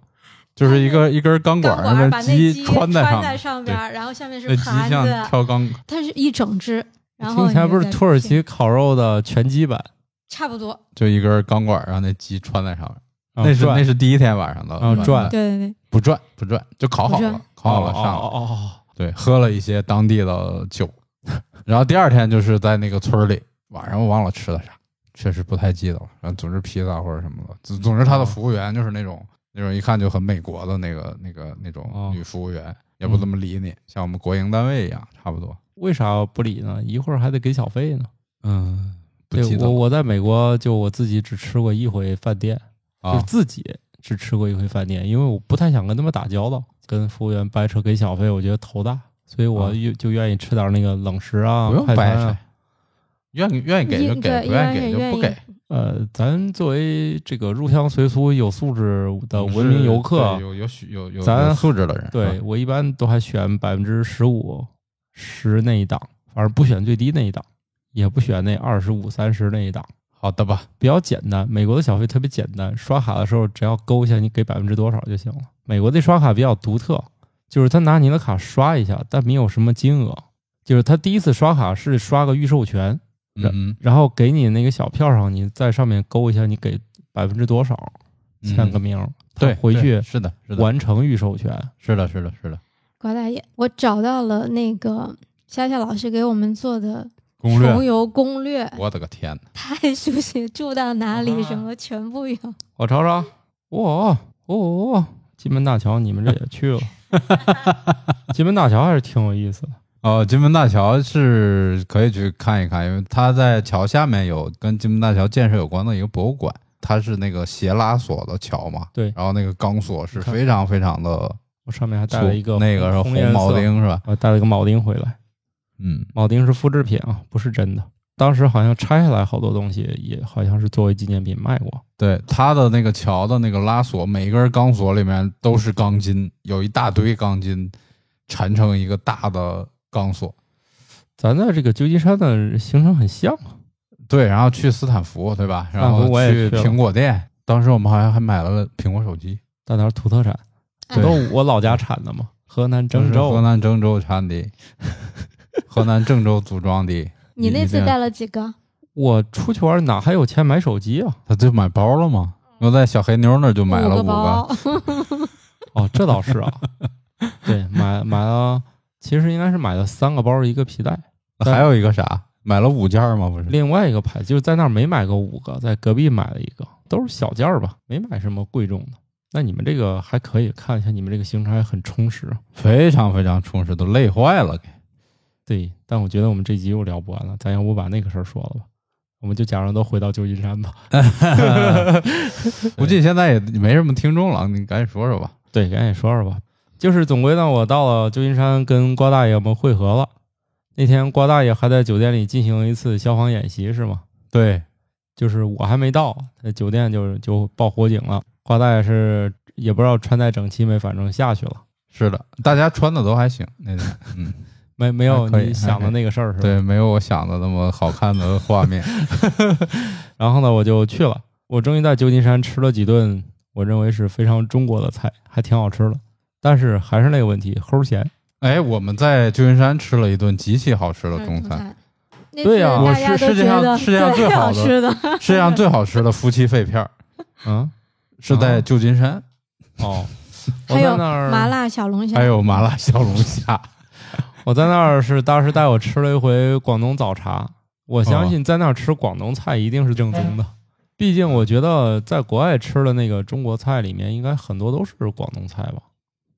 Speaker 2: 就是一个一根钢
Speaker 3: 哦钢
Speaker 2: 管，
Speaker 3: 管儿把
Speaker 2: 那
Speaker 3: 那
Speaker 2: 鸡
Speaker 3: 穿
Speaker 2: 穿在上
Speaker 3: 在
Speaker 2: 面，
Speaker 3: 上边儿，然后下面
Speaker 2: [laughs]
Speaker 3: 是
Speaker 2: 那
Speaker 3: 盘
Speaker 2: 鸡像
Speaker 3: 子，
Speaker 2: 跳钢
Speaker 3: 它是一整只，
Speaker 1: [laughs]
Speaker 3: 然后
Speaker 1: 听起来
Speaker 3: 你
Speaker 1: 不
Speaker 3: 再
Speaker 1: 是土耳
Speaker 3: 切
Speaker 1: 其烤肉的拳击版，
Speaker 3: 差不多，
Speaker 2: 就一根钢管儿让那鸡穿在上面。
Speaker 1: 啊
Speaker 2: 那是
Speaker 1: 转
Speaker 2: 那是第一天晚上的
Speaker 1: 啊转
Speaker 3: 嗯对对对，
Speaker 2: 不转不转就烤好
Speaker 3: 不转
Speaker 2: 了，烤好了
Speaker 1: 哦
Speaker 2: 上了
Speaker 1: 哦哦哦，
Speaker 2: 对，喝了一些当地的酒， [laughs] 然后第二天就是在那个村儿里，晚上我忘了吃了啥，确实不太记得了。然后总之披萨或者什么的，总总之
Speaker 1: 哦
Speaker 2: 他的服务员就是那种那种一看就很美国的那个那个那
Speaker 1: 哦
Speaker 2: 种女服务员，也不怎么理你，像我们国营单位一样，差不多。
Speaker 1: 为啥不理呢？一会儿还得给小费呢。
Speaker 2: 嗯，不
Speaker 1: 对
Speaker 2: 记得
Speaker 1: 我
Speaker 2: 了
Speaker 1: 我在美国就我自己只吃过一回饭店，就
Speaker 2: 啊
Speaker 1: 是自己只吃过一回饭店，因为我不太想跟他们打交道，跟服务员掰扯给小费，我觉得头大，所以我
Speaker 2: 啊
Speaker 1: 就就愿意吃点那个冷食啊，
Speaker 2: 不用
Speaker 1: 快
Speaker 2: 掰
Speaker 1: 餐啊
Speaker 2: 扯，愿意愿意给就
Speaker 3: 一
Speaker 2: 给，
Speaker 3: 对
Speaker 2: 不愿意给
Speaker 3: 一般人
Speaker 2: 就不
Speaker 3: 愿
Speaker 2: 给
Speaker 3: 意。
Speaker 1: 呃，咱作为这个入乡随俗、有素质的
Speaker 2: 我们
Speaker 1: 文
Speaker 2: 嗯是
Speaker 1: 明游客啊
Speaker 2: 对，有有许有有
Speaker 1: 咱
Speaker 2: 有素质的人，
Speaker 1: 对我一般都还选百分之十五、十那一档，反正不选最低那一档，也不选那二十五、三十那一档，
Speaker 2: 好的吧？
Speaker 1: 比较简单。美国的小费特别简单，刷卡的时候只要勾一下你给百分之多少就行了。美国的刷卡比较独特，就是他拿你的卡刷一下，但没有什么金额，就是他第一次刷卡是刷个预授权，
Speaker 2: 嗯，
Speaker 1: 然后给你那个小票上，你在上面勾一下你给百分之多少，签个
Speaker 2: 嗯
Speaker 1: 名儿，他
Speaker 2: 对，
Speaker 1: 回
Speaker 2: 对
Speaker 1: 去
Speaker 2: 是的，是的，
Speaker 1: 完成预授权。
Speaker 2: 是的，是的，是的。
Speaker 3: 瓜大爷，我找到了那个夏夏老师给我们做的
Speaker 1: 攻略
Speaker 3: 穷游攻略，
Speaker 2: 我的个天哪！
Speaker 3: 太熟悉住到哪里
Speaker 1: 啊
Speaker 3: 什么全部有。
Speaker 1: 我瞅瞅，哇哦哦哦，金门大桥，你们这也去了？金门大桥还是挺有意思的。
Speaker 2: 哦，金门大桥是可以去看一看，因为它在桥下面有跟金门大桥建设有关的一个博物馆，它是那个斜拉锁的桥嘛，
Speaker 1: 对
Speaker 2: 然后那个钢索是
Speaker 1: 你看
Speaker 2: 非常非常的
Speaker 1: 我上面还带
Speaker 2: 粗，
Speaker 1: 了一个
Speaker 2: 那个是
Speaker 1: 颜
Speaker 2: 红
Speaker 1: 色
Speaker 2: 铆，钉是吧？
Speaker 1: 我带了一个铆钉回来。
Speaker 2: 嗯，
Speaker 1: 铆钉是复制品啊，不是真的。当时好像拆下来好多东西，也好像是作为纪念品卖过。
Speaker 2: 对，它的那个桥的那个拉锁，每一根钢索里面都是钢筋，有一大堆钢筋缠成一个大的钢索。
Speaker 1: 咱在这个旧金山的行程很像啊，
Speaker 2: 对，然后去斯坦福，对吧？然
Speaker 1: 斯坦
Speaker 2: 后
Speaker 1: 福我也
Speaker 2: 去
Speaker 1: 去了
Speaker 2: 苹果店，当时我们好像还买了苹果手机，
Speaker 1: 大点土特产，
Speaker 3: 对
Speaker 1: 都我老家产的嘛，河南郑
Speaker 2: 就是河
Speaker 1: 州。
Speaker 2: 南郑州产的， [laughs] 河南郑州组装的。
Speaker 3: 你那次
Speaker 2: 这
Speaker 3: 带了几个？
Speaker 1: 我出去玩哪还有钱买手机啊？
Speaker 2: 他就买包了吗？我在小黑妞那儿就买了
Speaker 3: 个
Speaker 2: 五个，
Speaker 3: 包，嗯
Speaker 1: [laughs] 哦，这倒是啊，对，买买了，其实应该是买了三个包一个皮带，
Speaker 2: 那还有一个啥？买了五件儿吗？不是，
Speaker 1: 另外一个牌就是在那儿没买过五个，在隔壁买了一个，都是小件儿吧，没买什么贵重的。那你们这个还可以看一下，你们这个行程还很充实。啊
Speaker 2: 非常非常充实，都累坏了。
Speaker 1: 对，但我觉得我们这集又聊不完了，咱要不把那个事儿说了吧？我们就假装都回到旧金山吧。
Speaker 2: 估计现在也没什么听众了，你赶紧说说吧。
Speaker 1: 对，赶紧说说吧。就是总归呢，我到了旧金山跟瓜大爷我们会合了。那天瓜大爷还在酒店里进行一次消防演习，是吗？
Speaker 2: 对，
Speaker 1: 就是我还没到，在酒店就就报火警了。瓜大爷是也不知道穿戴整齐没，反正下去了，
Speaker 2: 是的，大家穿的都还行，那天，嗯，
Speaker 1: 没没有
Speaker 2: 还可以
Speaker 1: 你想的那个事儿是吧？
Speaker 2: 对，没有我想的那么好看的画面。 [laughs]
Speaker 1: 然后呢，我就去了。我终于在旧金山吃了几顿我认为是非常中国的菜，还挺好吃的。但是还是那个问题，齁咸。
Speaker 2: 哎，我们在旧金山吃了一顿极其好吃的中
Speaker 3: 嗯
Speaker 2: 餐，。
Speaker 3: 那
Speaker 1: 对
Speaker 3: 次
Speaker 1: 呀
Speaker 3: 大家
Speaker 2: 我是
Speaker 3: 都
Speaker 2: 世界
Speaker 3: 觉
Speaker 2: 上
Speaker 3: 得
Speaker 2: 世界上最
Speaker 3: 最
Speaker 2: 好的
Speaker 3: 吃的，
Speaker 2: 世界上最好吃的夫妻肺片儿
Speaker 1: 啊，
Speaker 2: 是在旧金山，
Speaker 3: [laughs]
Speaker 1: 哦，我
Speaker 3: 还有
Speaker 1: 在那
Speaker 2: 嗯
Speaker 1: 儿
Speaker 3: 麻辣小龙虾
Speaker 2: 还，有麻辣小
Speaker 1: [laughs]
Speaker 2: 龙虾。
Speaker 1: 我在那儿是当时带我吃了一回广东早茶，我
Speaker 2: 哦
Speaker 1: 相信在那儿吃广东菜一定是正宗
Speaker 2: 嗯
Speaker 1: 的，毕竟我觉得在国外吃的那个中国菜里面，应该很多都是广东菜吧，，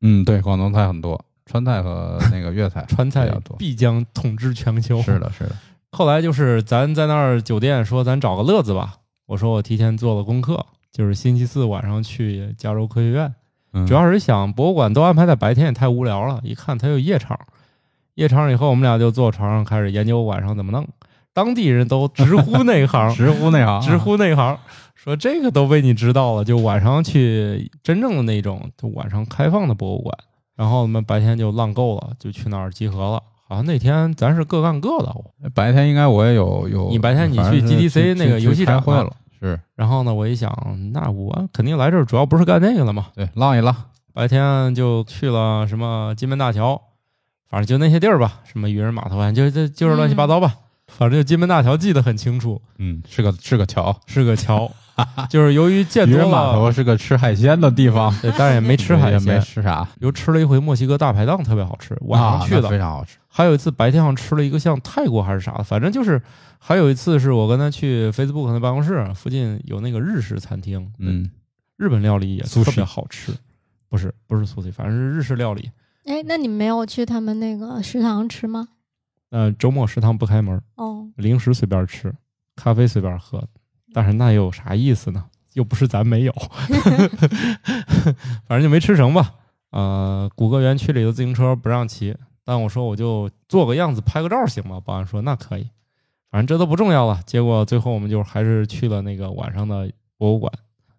Speaker 2: 嗯，对，广东菜很多，川菜和那个粤菜
Speaker 1: 川菜
Speaker 2: 比较多
Speaker 1: 必将统治全球。
Speaker 2: 是的，是的，
Speaker 1: 后来就是咱在那儿酒店说咱找个乐子吧，我说我提前做了功课，就是星期四晚上去加州科学院，
Speaker 2: 嗯
Speaker 1: 主要是想博物馆都安排在白天也太无聊了，一看它有夜场，夜场以后我们俩就坐床上开始研究晚上怎么弄，当地人都直呼内 [laughs] 行，
Speaker 2: 嗯
Speaker 1: 啊
Speaker 2: 直呼那行，
Speaker 1: 直呼内行。说这个都被你知道了，就晚上去真正的那种，就晚上开放的博物馆，然后我们白天就浪够了，就去那儿集合了。好像那天咱是各干各的，
Speaker 2: 白天应该我也有有，
Speaker 1: 你白天你
Speaker 2: 反正
Speaker 1: 去
Speaker 2: 是
Speaker 1: GDC 那个
Speaker 2: 去
Speaker 1: 游戏啊
Speaker 2: 去开
Speaker 1: 展
Speaker 2: 会
Speaker 1: 嘛
Speaker 2: 了，是
Speaker 1: 然后呢，我一想，那我肯定来这儿主要不是干那个了嘛，
Speaker 2: 对，浪一浪。
Speaker 1: 白天就去了什么金门大桥，反正就那些地儿吧，什么渔人码头啊，就就就是乱七八糟吧。反正就金门大桥记得很清楚，
Speaker 2: 嗯，是个是个桥，
Speaker 1: 是个
Speaker 2: [laughs]
Speaker 1: 桥，就是由于见
Speaker 2: 渔
Speaker 1: 多
Speaker 2: 人码
Speaker 1: 了，
Speaker 2: 头是个吃海鲜的地方，
Speaker 1: 对，但是也没吃海
Speaker 2: 也 [laughs] 没
Speaker 1: 鲜，
Speaker 2: 吃啥，
Speaker 1: 又吃了一回墨西哥大排档，特别好吃。晚
Speaker 2: 啊
Speaker 1: 上去
Speaker 2: 那
Speaker 1: 的，
Speaker 2: 非常好吃。
Speaker 1: 还有一次白天上吃了一个像泰国还是啥的，反正就是还有一次是我跟他去 Facebook 的办公室附近有那个日式餐厅，
Speaker 2: 嗯，
Speaker 1: 日本料理也
Speaker 2: Sushi
Speaker 1: 特别好吃，不是不是 sushi，反正是日式料理。
Speaker 3: 哎，那你没有去他们那个食堂吃吗？
Speaker 1: 呃，周末食堂不开门，
Speaker 3: 哦，
Speaker 1: 零食随便吃，咖啡随便喝，但是那又有啥意思呢？又不是咱没有，反正就没吃成吧。呃，谷歌园区里的自行车不让骑，但我说我就做个样子拍个照行吗？保安说那可以，反正这都不重要了。结果最后我们就还是去了那个晚上的博物馆。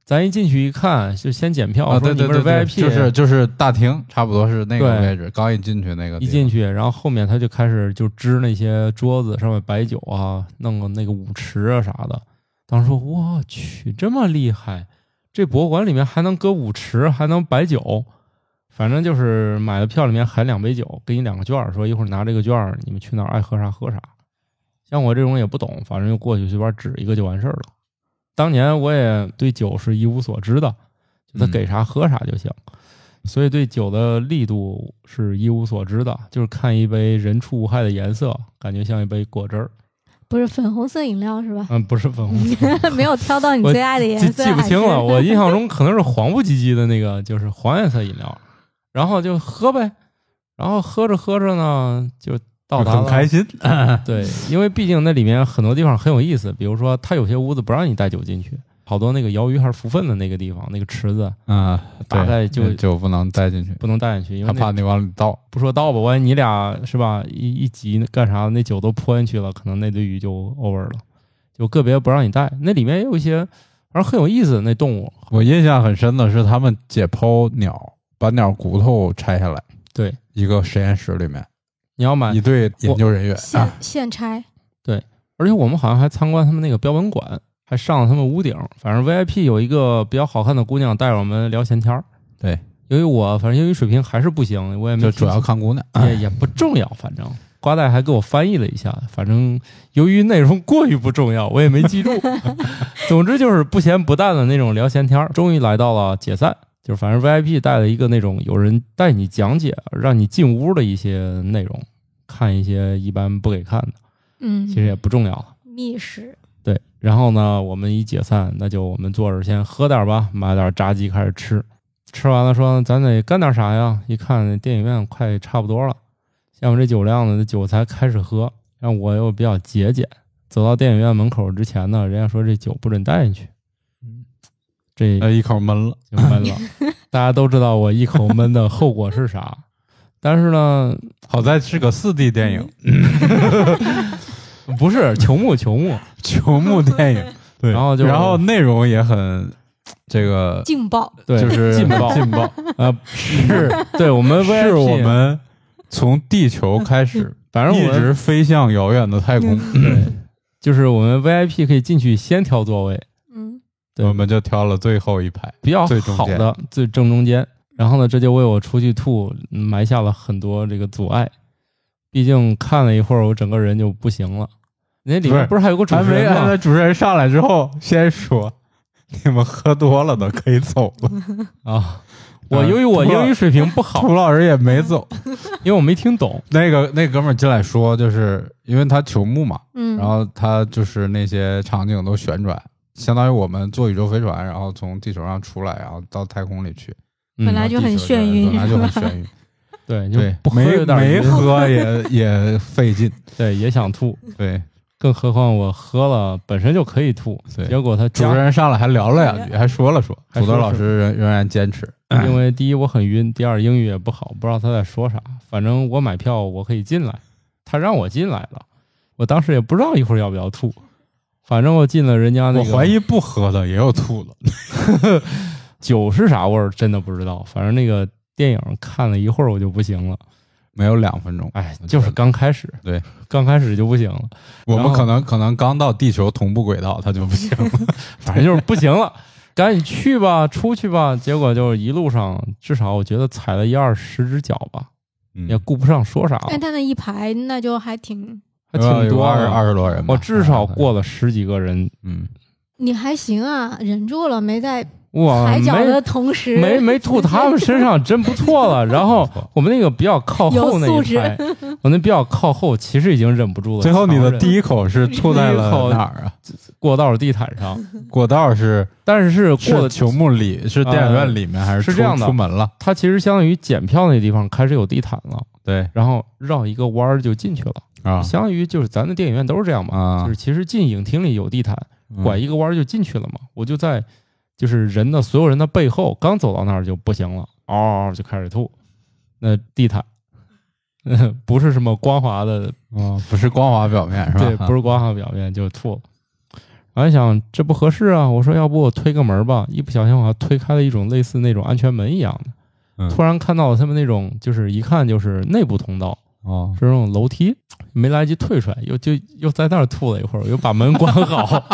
Speaker 1: 咱一进去一看，就先检票，
Speaker 2: 啊，
Speaker 1: 说
Speaker 2: 对
Speaker 1: 你
Speaker 2: 对
Speaker 1: 们是
Speaker 2: 对对，
Speaker 1: VIP，
Speaker 2: 就是就是大厅，差不多是那个
Speaker 1: 对
Speaker 2: 位置。刚一进去那个地
Speaker 1: 一
Speaker 2: 方，
Speaker 1: 进去，然后后面他就开始就支那些桌子上面摆酒啊，弄个那个舞池啊啥的。当时说我去这么厉害，这博物馆里面还能搁舞池，还能摆酒，反正就是买的票里面含两杯酒，给你两个券儿，说一会儿拿这个券儿，你们去哪儿爱喝啥喝啥。像我这种也不懂，反正就过去随便指一个就完事儿了。当年我也对酒是一无所知的，就他
Speaker 2: 嗯
Speaker 1: 给啥喝啥就行，所以对酒的力度是一无所知的，就是看一杯人畜无害的颜色，感觉像一杯果汁儿，
Speaker 3: 不是粉红色饮料是吧？
Speaker 1: 嗯，不是粉
Speaker 3: [laughs]
Speaker 1: 红色，
Speaker 3: 没有挑到你最爱的颜
Speaker 1: 记
Speaker 3: 色，
Speaker 1: 记不清
Speaker 3: 还
Speaker 1: 了。
Speaker 3: 是
Speaker 1: 我印象中可能是黄不唧唧的那个，就是黄颜色饮料，然后就喝呗，然后喝着喝着呢，就到达
Speaker 2: 很
Speaker 1: 了
Speaker 2: 开心。
Speaker 1: 对，因为毕竟那里面很多地方很有意思，比如说它有些屋子不让你带酒进去，好多那个摇鱼还是福分的那个地方，那个池子
Speaker 2: 嗯，
Speaker 1: 大
Speaker 2: 对
Speaker 1: 概就
Speaker 2: 酒不能带进去，
Speaker 1: 不能带进去，因为
Speaker 2: 他
Speaker 1: 那
Speaker 2: 怕你往里倒。
Speaker 1: 不说倒吧，万一你俩是吧一一急干啥，那酒都泼进去了，可能那堆鱼就 over 了，就个别不让你带。那里面也有一些反正很有意思的那动物，
Speaker 2: 我印象很深的是，他们解剖鸟，把鸟骨头拆下来，
Speaker 1: 对，啊
Speaker 2: 一个实验室里面，
Speaker 1: 你要买
Speaker 2: 一队研究人员啊
Speaker 3: 现
Speaker 1: 啊
Speaker 3: 现拆，
Speaker 1: 而且我们好像还参观他们那个标本馆，还上了他们屋顶。反正 VIP 有一个比较好看的姑娘带着我们聊闲天儿。
Speaker 2: 对，
Speaker 1: 由于我反正英语水平还是不行，我也没
Speaker 2: 就
Speaker 1: 听
Speaker 2: 主要看姑娘。
Speaker 1: 也也不重要，反正瓜代还给我翻译了一下，反正由于内容过于不重要，我也没记
Speaker 2: [laughs]
Speaker 1: 住。总之就是不咸不淡的那种聊闲天儿。终于来到了解散，就是反正 VIP 带了一个那种有人带你讲解，让你进屋的一些内容，看一些一般不给看的，
Speaker 3: 嗯，
Speaker 1: 其实也不重要了。
Speaker 3: 密室，
Speaker 1: 对，然后呢，我们一解散，那就我们坐着先喝点儿吧，买点儿炸鸡开始吃。吃完了说咱得干点啥呀？一看电影院快差不多了，像我这酒量呢，这酒才开始喝，但我又比较节俭。走到电影院门口之前呢，人家说这酒不准带进去，这
Speaker 2: 呃，一口闷了，
Speaker 1: [laughs] 就闷了。大家都知道我一口闷的后果是啥，但是呢，
Speaker 2: 好在是个四 D 电影，
Speaker 1: [laughs] 不是球幕球幕，
Speaker 2: 球幕电影。对
Speaker 1: 然后就
Speaker 2: 然后内容也很这个，
Speaker 3: 劲爆，
Speaker 1: 对，
Speaker 2: 就是
Speaker 1: 劲爆
Speaker 2: 劲爆，
Speaker 1: 啊，是对我们 VIP,
Speaker 2: 是我们从地球开始，
Speaker 1: 反正我
Speaker 2: 一
Speaker 1: 们
Speaker 2: 直飞向遥远的太空，
Speaker 1: 就是我们 VIP 可以进去先挑座位，
Speaker 3: 嗯，
Speaker 1: 对
Speaker 2: 我们就挑了最后一排。
Speaker 1: 比较
Speaker 2: 最中
Speaker 1: 好
Speaker 2: 间
Speaker 1: 的最正中间。然后呢，这就为我出去吐嗯埋下了很多这个阻碍。毕竟看了一会儿，我整个人就不行了。那里
Speaker 2: 不
Speaker 1: 面
Speaker 2: 是
Speaker 1: 不是还有个主
Speaker 2: 还
Speaker 1: 持
Speaker 2: 没
Speaker 1: 人啊
Speaker 2: 安排
Speaker 1: 吗？
Speaker 2: 主持人上来之后，先说你们喝多了的可以走了。
Speaker 1: 啊，我由于我
Speaker 2: 吐了
Speaker 1: 英语水平不好，
Speaker 2: 涂老师也没走，
Speaker 1: 因为我没听懂。
Speaker 2: 那个那哥们儿进来说，就是因为他球幕嘛，
Speaker 3: 嗯，
Speaker 2: 然后他就是那些场景都旋转，相当于我们坐宇宙飞船，然后从地球上出来，然后到太空里去，
Speaker 1: 嗯
Speaker 3: 本来就很眩晕
Speaker 2: 本来就很眩晕，
Speaker 1: 对，就
Speaker 2: 对
Speaker 1: 不，喝
Speaker 2: 没
Speaker 1: 有点
Speaker 2: 没
Speaker 1: 晕
Speaker 2: 喝也也费劲，
Speaker 1: 对也想吐，
Speaker 2: 对。
Speaker 1: 更何况我喝了本身就可以吐，
Speaker 2: 对
Speaker 1: 结果他
Speaker 2: 主
Speaker 1: 加
Speaker 2: 持人上来还聊了两句，哎还说了说，
Speaker 1: 还
Speaker 2: 土
Speaker 1: 说
Speaker 2: 豆老师仍仍然坚持，
Speaker 1: 因为第一我很晕，第二英语也不好，不知道他在说啥。反正我买票我可以进来，他让我进来了，我当时也不知道一会儿要不要吐，反正我进了人家那
Speaker 2: 我
Speaker 1: 个
Speaker 2: 怀疑不喝的也有吐的，
Speaker 1: 酒是啥味儿，真的不知道。反正那个电影看了一会儿我就不行了，
Speaker 2: 没有两分钟，
Speaker 1: 哎，就是刚开始，
Speaker 2: 对，
Speaker 1: 刚开始就不行了，
Speaker 2: 我
Speaker 1: 然
Speaker 2: 们
Speaker 1: 后
Speaker 2: 可能可能刚到地球同步轨道，它就不行了。
Speaker 1: 反正就是不行了。 [laughs] 赶紧去吧，出去吧。结果就是一路上，至少我觉得踩了一二十只脚吧，也
Speaker 2: 嗯，
Speaker 1: 顾不上说啥了，
Speaker 3: 但他那一排那就还挺，
Speaker 1: 还挺多
Speaker 2: 哎二
Speaker 1: 的
Speaker 2: 二十多人吧，啊
Speaker 1: 我至少过了十几个人
Speaker 2: 嗯，
Speaker 3: 你还行啊，忍住了，没在
Speaker 1: 哇，
Speaker 3: 踩
Speaker 1: 没
Speaker 3: 脚的同时，
Speaker 1: 没没吐他们身上，真不错了。然
Speaker 2: [laughs]
Speaker 1: 后我们那个比较靠后那
Speaker 3: 有素
Speaker 1: 一
Speaker 3: 质
Speaker 1: 排，我那比较靠后，其实已经忍不住了。
Speaker 2: 最后你
Speaker 1: 强
Speaker 2: 的
Speaker 1: 忍
Speaker 2: 第一口是吐在
Speaker 1: 第
Speaker 2: 了
Speaker 1: 一口
Speaker 2: 哪儿啊？
Speaker 1: 过道地毯上，
Speaker 2: 过道是
Speaker 1: 但是过
Speaker 2: 是
Speaker 1: 了
Speaker 2: 球幕里，是电影院里面还呃是
Speaker 1: 是
Speaker 2: 出
Speaker 1: 这样的
Speaker 2: 出门了？
Speaker 1: 它其实相当于检票那地方开始有地毯了，
Speaker 2: 对
Speaker 1: 然后绕一个弯儿就进去了，
Speaker 2: 啊
Speaker 1: 相当于就是咱的电影院都是这样嘛，
Speaker 2: 啊
Speaker 1: 就是其实进影厅里有地毯，
Speaker 2: 嗯
Speaker 1: 拐一个弯儿就进去了嘛。我就在就是人的所有人的背后，刚走到那儿就不行了，嗷嗷嗷就开始吐。那地毯， [laughs] 不是什么光滑的，
Speaker 2: 哦，不是光滑表面是吧？啊
Speaker 1: 对，不是光滑表面就吐了。我还想这不合适啊，我说要不我推个门吧，一不小心我还推开了一种类似那种安全门一样的，
Speaker 2: 嗯
Speaker 1: 突然看到了他们那种就是一看就是内部通道，
Speaker 2: 哦，
Speaker 1: 是那种楼梯，没来得及退出来，又就又在那儿吐了一会儿，我又把门关
Speaker 2: [laughs]
Speaker 1: 好。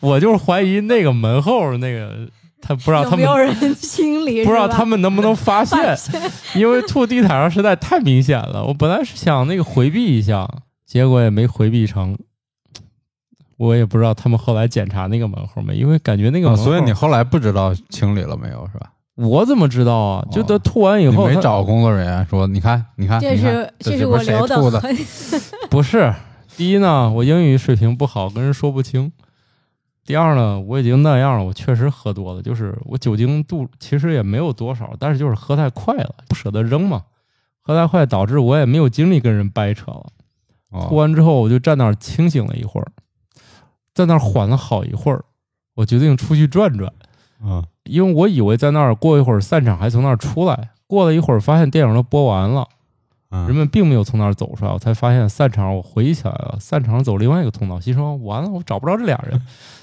Speaker 1: 我就是怀疑那个门后那个他不知道
Speaker 3: 有
Speaker 1: 他
Speaker 3: 没
Speaker 1: 们
Speaker 3: 有人
Speaker 1: [laughs]
Speaker 3: 清理，
Speaker 1: 不知道
Speaker 3: 是吧
Speaker 1: 他们能不能发现，因为吐地毯上实在太明显了。我本来是想那个回避一下，结果也没回避成。我也不知道他们后来检查那个门后没，因为感觉那个
Speaker 2: 啊
Speaker 1: 门后、
Speaker 2: 所以你后来不知道清理了没有是吧？
Speaker 1: 我怎么知道啊？就他吐完以
Speaker 2: 哦你
Speaker 1: 后，
Speaker 2: 没
Speaker 1: 他
Speaker 2: 找工作人员说，你看，你看，
Speaker 3: 这
Speaker 2: 你看
Speaker 3: 是
Speaker 2: 这
Speaker 3: 是
Speaker 2: 不
Speaker 3: 我
Speaker 2: 是谁
Speaker 3: 留
Speaker 2: 吐的，
Speaker 3: 痕，
Speaker 1: 不是第一呢，我英语水平不好，跟人说不清；第二呢，我已经那样了，我确实喝多了，就是我酒精度其实也没有多少，但是就是喝太快了，不舍得扔嘛。喝太快导致我也没有精力跟人掰扯了。吐
Speaker 2: 哦，
Speaker 1: 完之后，我就站那儿清醒了一会儿，在那儿缓了好一会儿，我决定出去转转。
Speaker 2: 嗯，
Speaker 1: 因为我以为在那儿过一会儿散场还从那儿出来，过了一会儿发现电影都播完了，人
Speaker 2: 嗯
Speaker 1: 们并没有从那儿走出来，我才发现散场我回忆起来了，散场走另外一个通道，心说完了我找不着这俩 [laughs] 人，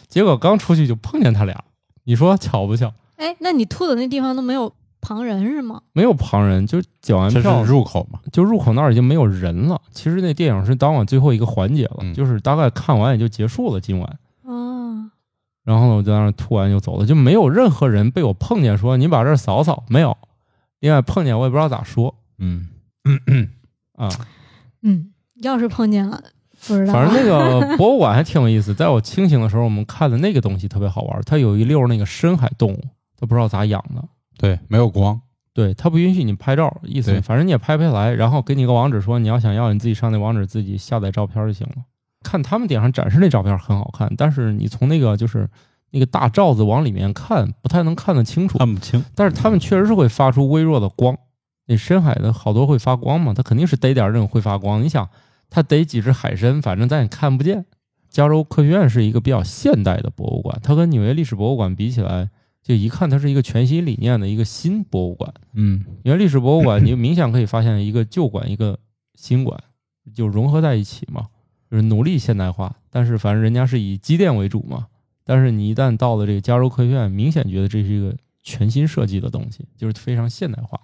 Speaker 1: 结果刚出去就碰见他俩，你说巧不巧？
Speaker 3: 哎，那你吐的那地方都没有旁人是吗？
Speaker 1: 没有旁人，就缴完
Speaker 2: 这
Speaker 1: 票
Speaker 2: 是入口嘛？
Speaker 1: 就入口那儿已经没有人了。其实那电影是当晚最后一个环节了，
Speaker 2: 嗯
Speaker 1: 就是大概看完也就结束了今晚。
Speaker 3: 啊，
Speaker 1: 然后呢，我就在那儿吐完就走了，就没有任何人被我碰见说你把这儿扫扫，没有。另外碰见我也不知道咋说
Speaker 2: 嗯，
Speaker 1: 啊，
Speaker 3: 嗯，要是碰见了不知道，
Speaker 1: 反正那个博物馆还挺有意思。在我清醒的时候，我们看的那个东西特别好玩，它有一溜儿那个深海动物，它不知道咋养的。
Speaker 2: 对，没有光，
Speaker 1: 对，它不允许你拍照，意思
Speaker 2: 对
Speaker 1: 反正你也拍不下来，然后给你个网址说你要想要，你自己上那网址自己下载照片就行了。看他们顶上展示那照片很好看，但是你从那个就是那个大罩子往里面看，不太能看得清楚。
Speaker 2: 看不清。
Speaker 1: 但是他们确实是会发出微弱的光。那深海的好多会发光嘛，它肯定是逮点儿这种会发光。你想，它逮几只海参，反正咱也看不见。加州科学院是一个比较现代的博物馆，它跟纽约历史博物馆比起来，就一看它是一个全新理念的一个新博物馆。
Speaker 2: 嗯
Speaker 1: 纽约历史博物
Speaker 2: [laughs]
Speaker 1: 馆，你就明显可以发现一个旧馆一个新馆就融合在一起嘛，就是努力现代化，但是反正人家是以机电为主嘛。但是你一旦到了这个加州科学院，明显觉得这是一个全新设计的东西，就是非常现代化，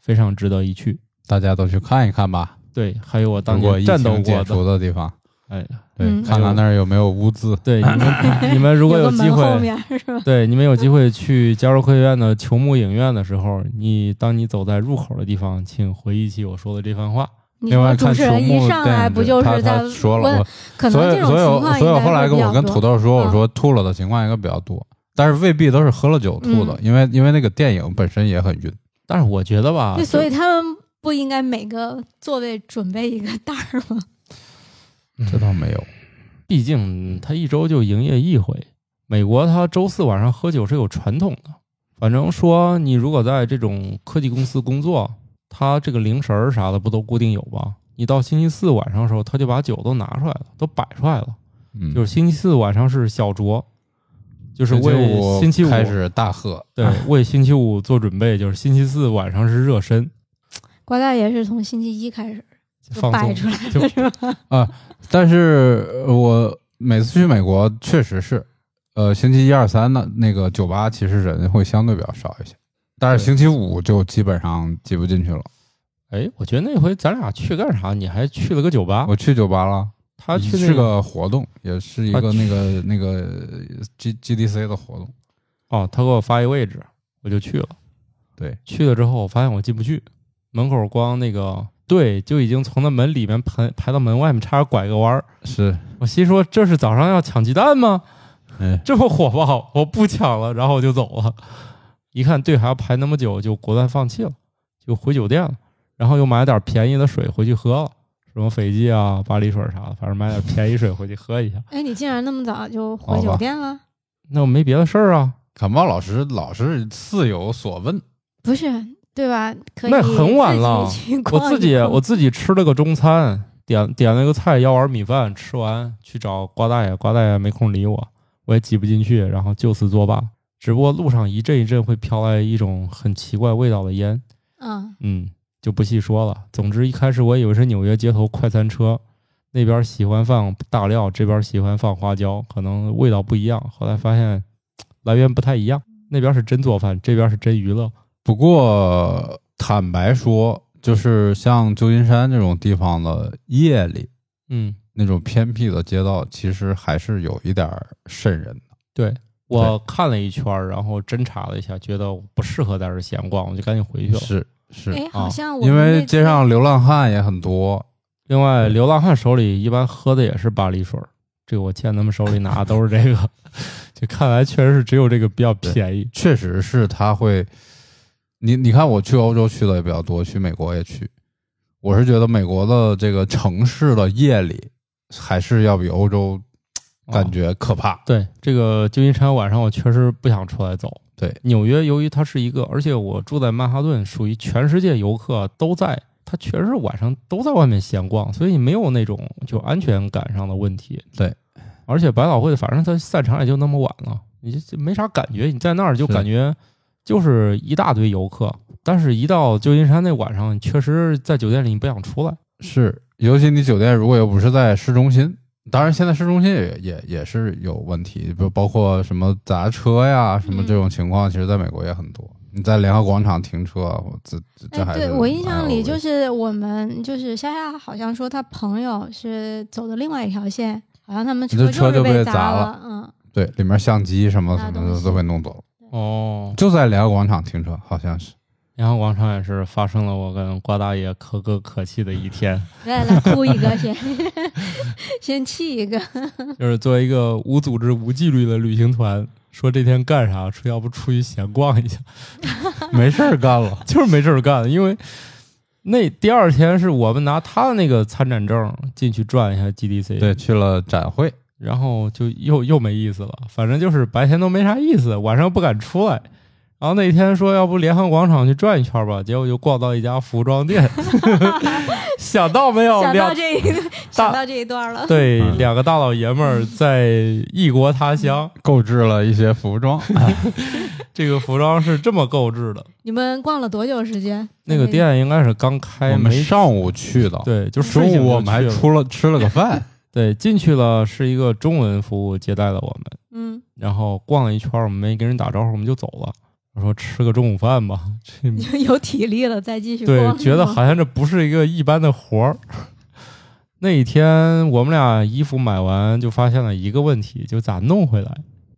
Speaker 1: 非常值得一去。
Speaker 2: 大家都去看一看吧。
Speaker 1: 对，还有我当
Speaker 2: 如果
Speaker 1: 年
Speaker 2: 疫
Speaker 1: 战斗
Speaker 2: 情
Speaker 1: 过
Speaker 2: 解
Speaker 1: 的，
Speaker 2: 除的地方，
Speaker 1: 哎，
Speaker 2: 对，
Speaker 3: 嗯
Speaker 2: 看看那儿有没有污渍。
Speaker 1: 对你
Speaker 2: [laughs]
Speaker 1: 们你们如
Speaker 3: 如
Speaker 1: 果有机
Speaker 3: 门后
Speaker 1: 会，
Speaker 3: 面是吧？
Speaker 1: 对你们有机会去加州科学院的球幕影院的时候，你当你走在入口的地方，请回忆起我说的这番话。
Speaker 3: 你
Speaker 2: 另外
Speaker 3: 说主
Speaker 2: 看
Speaker 3: 持
Speaker 2: 球
Speaker 3: 人一
Speaker 2: 幕
Speaker 3: 上
Speaker 2: 电
Speaker 3: 来
Speaker 2: 影
Speaker 3: 不
Speaker 2: 是
Speaker 3: 就
Speaker 2: 他
Speaker 3: 是在
Speaker 2: 他说了
Speaker 3: 问
Speaker 2: 我？
Speaker 3: 可能
Speaker 2: 所
Speaker 3: 这
Speaker 2: 以，
Speaker 3: 种
Speaker 2: 所以
Speaker 3: 情
Speaker 2: 我，
Speaker 3: 况
Speaker 2: 所以我
Speaker 3: 应
Speaker 2: 后来
Speaker 3: 该
Speaker 2: 跟
Speaker 3: 会比
Speaker 2: 我
Speaker 3: 较
Speaker 2: 跟
Speaker 3: 多
Speaker 2: 土豆说，我
Speaker 3: 嗯
Speaker 2: 说吐了的情况应该比较多，但是未必都是喝了酒吐的，
Speaker 3: 嗯
Speaker 2: 因为因为那个电影本身也很晕。
Speaker 1: 但是我觉得吧，
Speaker 2: 啊
Speaker 3: 对，所以他们不应该每个座位准备一个袋儿吗？ [laughs]
Speaker 2: 这倒没有，
Speaker 1: 毕
Speaker 2: 嗯
Speaker 1: 竟他一周就营业一回。美国他周四晚上喝酒是有传统的，反正说你如果在这种科技公司工作，他这个零食儿啥的不都固定有吗？你到星期四晚上的时候，他就把酒都拿出来了，都摆出来了。
Speaker 2: 嗯，
Speaker 1: 就是星期四晚上是小酌，就是
Speaker 2: 星期
Speaker 1: 为
Speaker 2: 五
Speaker 1: 星期五
Speaker 2: 开始大喝，嗯
Speaker 1: 对为星期五做准备，就是星期四晚上是热身
Speaker 3: 瓜大爷是从星期一开始就
Speaker 1: 放松，
Speaker 3: 摆出来
Speaker 1: 就
Speaker 3: 的，是吧？ [laughs]
Speaker 2: 但是呃我每次去美国确实是，呃，星期一二三呢，那个酒吧其实人会相对比较少一些，但是
Speaker 1: 对
Speaker 2: 星期五就基本上挤不进去了。
Speaker 1: 哎，我觉得那回咱俩去干啥？你还去了个酒吧，
Speaker 2: 我去酒吧了，
Speaker 1: 他啊去那
Speaker 2: 是个活动，也是一
Speaker 1: 他
Speaker 2: 个
Speaker 1: 去
Speaker 2: 那个那个 G G D C 的活动。
Speaker 1: 哦，他给我发一位置，我就去了。
Speaker 2: 对，
Speaker 1: 去了之后，我发现我进不去，门口光那个队就已经从那门里面排排到门外面，差点拐个弯儿。
Speaker 2: 是，
Speaker 1: 我心说这是早上要抢鸡蛋吗？
Speaker 2: 嗯，
Speaker 1: 这么火爆，我不抢了，然后我就走了。一看队还要排那么久，就果断放弃了，就回酒店了。然后又买了点便宜的水回去喝了，什么斐济啊、巴黎水啥的，反正买点便宜水回去喝一下。
Speaker 3: 哎，你竟然那么早就
Speaker 2: 好
Speaker 3: 回
Speaker 2: 吧
Speaker 3: 酒店了？
Speaker 1: 那我没别的事儿啊，
Speaker 2: 感冒老师老是似有所问，
Speaker 3: 不是，对吧？可以
Speaker 1: 那很晚了
Speaker 3: 自 [laughs] 己去逛
Speaker 1: 我自己
Speaker 3: 一逛
Speaker 1: 我自己吃了个中餐，点点了个菜，要碗米饭，吃完去找瓜大爷，瓜大爷没空理我，我也挤不进去，然后就此作罢。只不过路上一阵一阵会飘来一种很奇怪味道的烟，
Speaker 3: 嗯，
Speaker 1: 嗯，就不细说了。总之一开始我以为是纽约街头快餐车，那边喜欢放大料，这边喜欢放花椒，可能味道不一样。后来发现来源不太一样，那边是真做饭，这边是真娱乐。
Speaker 2: 不过坦白说，就是像旧金山这种地方的夜里
Speaker 1: 嗯，
Speaker 2: 那种偏僻的街道，其实还是有一点儿瘆人的。
Speaker 1: 对我看了一圈儿，然后侦查了一下，觉得我不适合在这儿闲逛，我就赶紧回去了。
Speaker 2: 是是，啊
Speaker 3: 哎，好像我
Speaker 2: 因
Speaker 3: 们那
Speaker 2: 为
Speaker 3: 次
Speaker 2: 街上流浪汉也很多。
Speaker 1: 另外，流浪汉手里一般喝的也是巴黎水儿，这个我见他们手里拿的都是这个， [laughs] 就看来确实是只有这个比较便宜。
Speaker 2: 确实是他会，你你看，我去欧洲去的也比较多，去美国也去。我是觉得美国的这个城市的夜里还是要比欧洲感觉可怕。
Speaker 1: 对，这个旧金山晚上我确实不想出来走。
Speaker 2: 对，
Speaker 1: 纽约由于它是一个，而且我住在曼哈顿，属于全世界游客都在，它确实是晚上都在外面闲逛，所以没有那种就安全感上的问题。
Speaker 2: 对，
Speaker 1: 而且百老汇反正它散场也就那么晚了，你就就没啥感觉，你在那儿就是感觉就是一大堆游客，但是一到旧金山那晚上，你确实在酒店里你不想出来。
Speaker 2: 是，尤其你酒店如果又不是在市中心，当然现在市中心也也也是有问题，不包括什么砸车呀，什么这
Speaker 3: 嗯
Speaker 2: 种情况，其实在美国也很多。你在联合广场停车，我这这这还
Speaker 3: 哎，
Speaker 2: 是
Speaker 3: 对我印象里就是是我们就是夏夏好像说他朋友是走的另外一条线，好像他们
Speaker 2: 你这车
Speaker 3: 就
Speaker 2: 就是被
Speaker 3: 被
Speaker 2: 砸了
Speaker 3: 了，嗯，
Speaker 2: 对里面相机什么
Speaker 3: 那
Speaker 2: 什么
Speaker 3: 东
Speaker 2: 的
Speaker 3: 西
Speaker 2: 都被弄走了，
Speaker 1: 哦，
Speaker 2: 就在联合广场停车，好像是。
Speaker 1: 然后广场也是发生了我跟瓜大爷可歌可泣的一天。
Speaker 3: 来来哭一
Speaker 2: [laughs]
Speaker 3: 个先， [laughs] 先气一个，
Speaker 1: 就是作为一个无组织、无纪律的旅行团，说这天干啥，说要不出去闲逛一下， [laughs] 没事儿干了，就是没事儿干，因为那第二天是我们拿他的那个参展证进去转一下 GDC，
Speaker 2: 对，，去了展会，
Speaker 1: 然后就又又没意思了，反正就是白天都没啥意思，晚上又不敢出来。然后那天说要不联合广场去转一圈吧，结果就逛到一家服装 [laughs] 店，想到没有？
Speaker 3: 想
Speaker 1: 两
Speaker 3: 到这一
Speaker 2: [laughs]
Speaker 3: 想到这一段了，
Speaker 1: 对，
Speaker 2: 嗯
Speaker 1: 两个大老爷们儿在异国他乡，
Speaker 2: 购置了一些服装，
Speaker 1: 这个服装是这么购置的。
Speaker 3: 你们逛了多久时间？
Speaker 1: 那个店应该是刚开
Speaker 2: 我们
Speaker 1: 没
Speaker 2: 上午去的，，
Speaker 1: 对，就
Speaker 2: 中
Speaker 1: 睡醒
Speaker 2: 午
Speaker 1: 就
Speaker 2: 我们还
Speaker 1: 去了
Speaker 2: 出了吃了个 [laughs] 饭，
Speaker 1: 对进去了是一个中文服务接待了我们，
Speaker 3: 嗯，
Speaker 1: 然后逛了一圈儿，我们没跟人打招呼，我们就走了。我说吃个中午饭吧，这
Speaker 3: 就有体力了再继续
Speaker 1: 对
Speaker 3: [laughs] 逛，
Speaker 1: 觉得好像这不是一个一般的活儿。 [laughs] 那一天我们俩衣服买完，就发现了一个问题，就咋弄回来，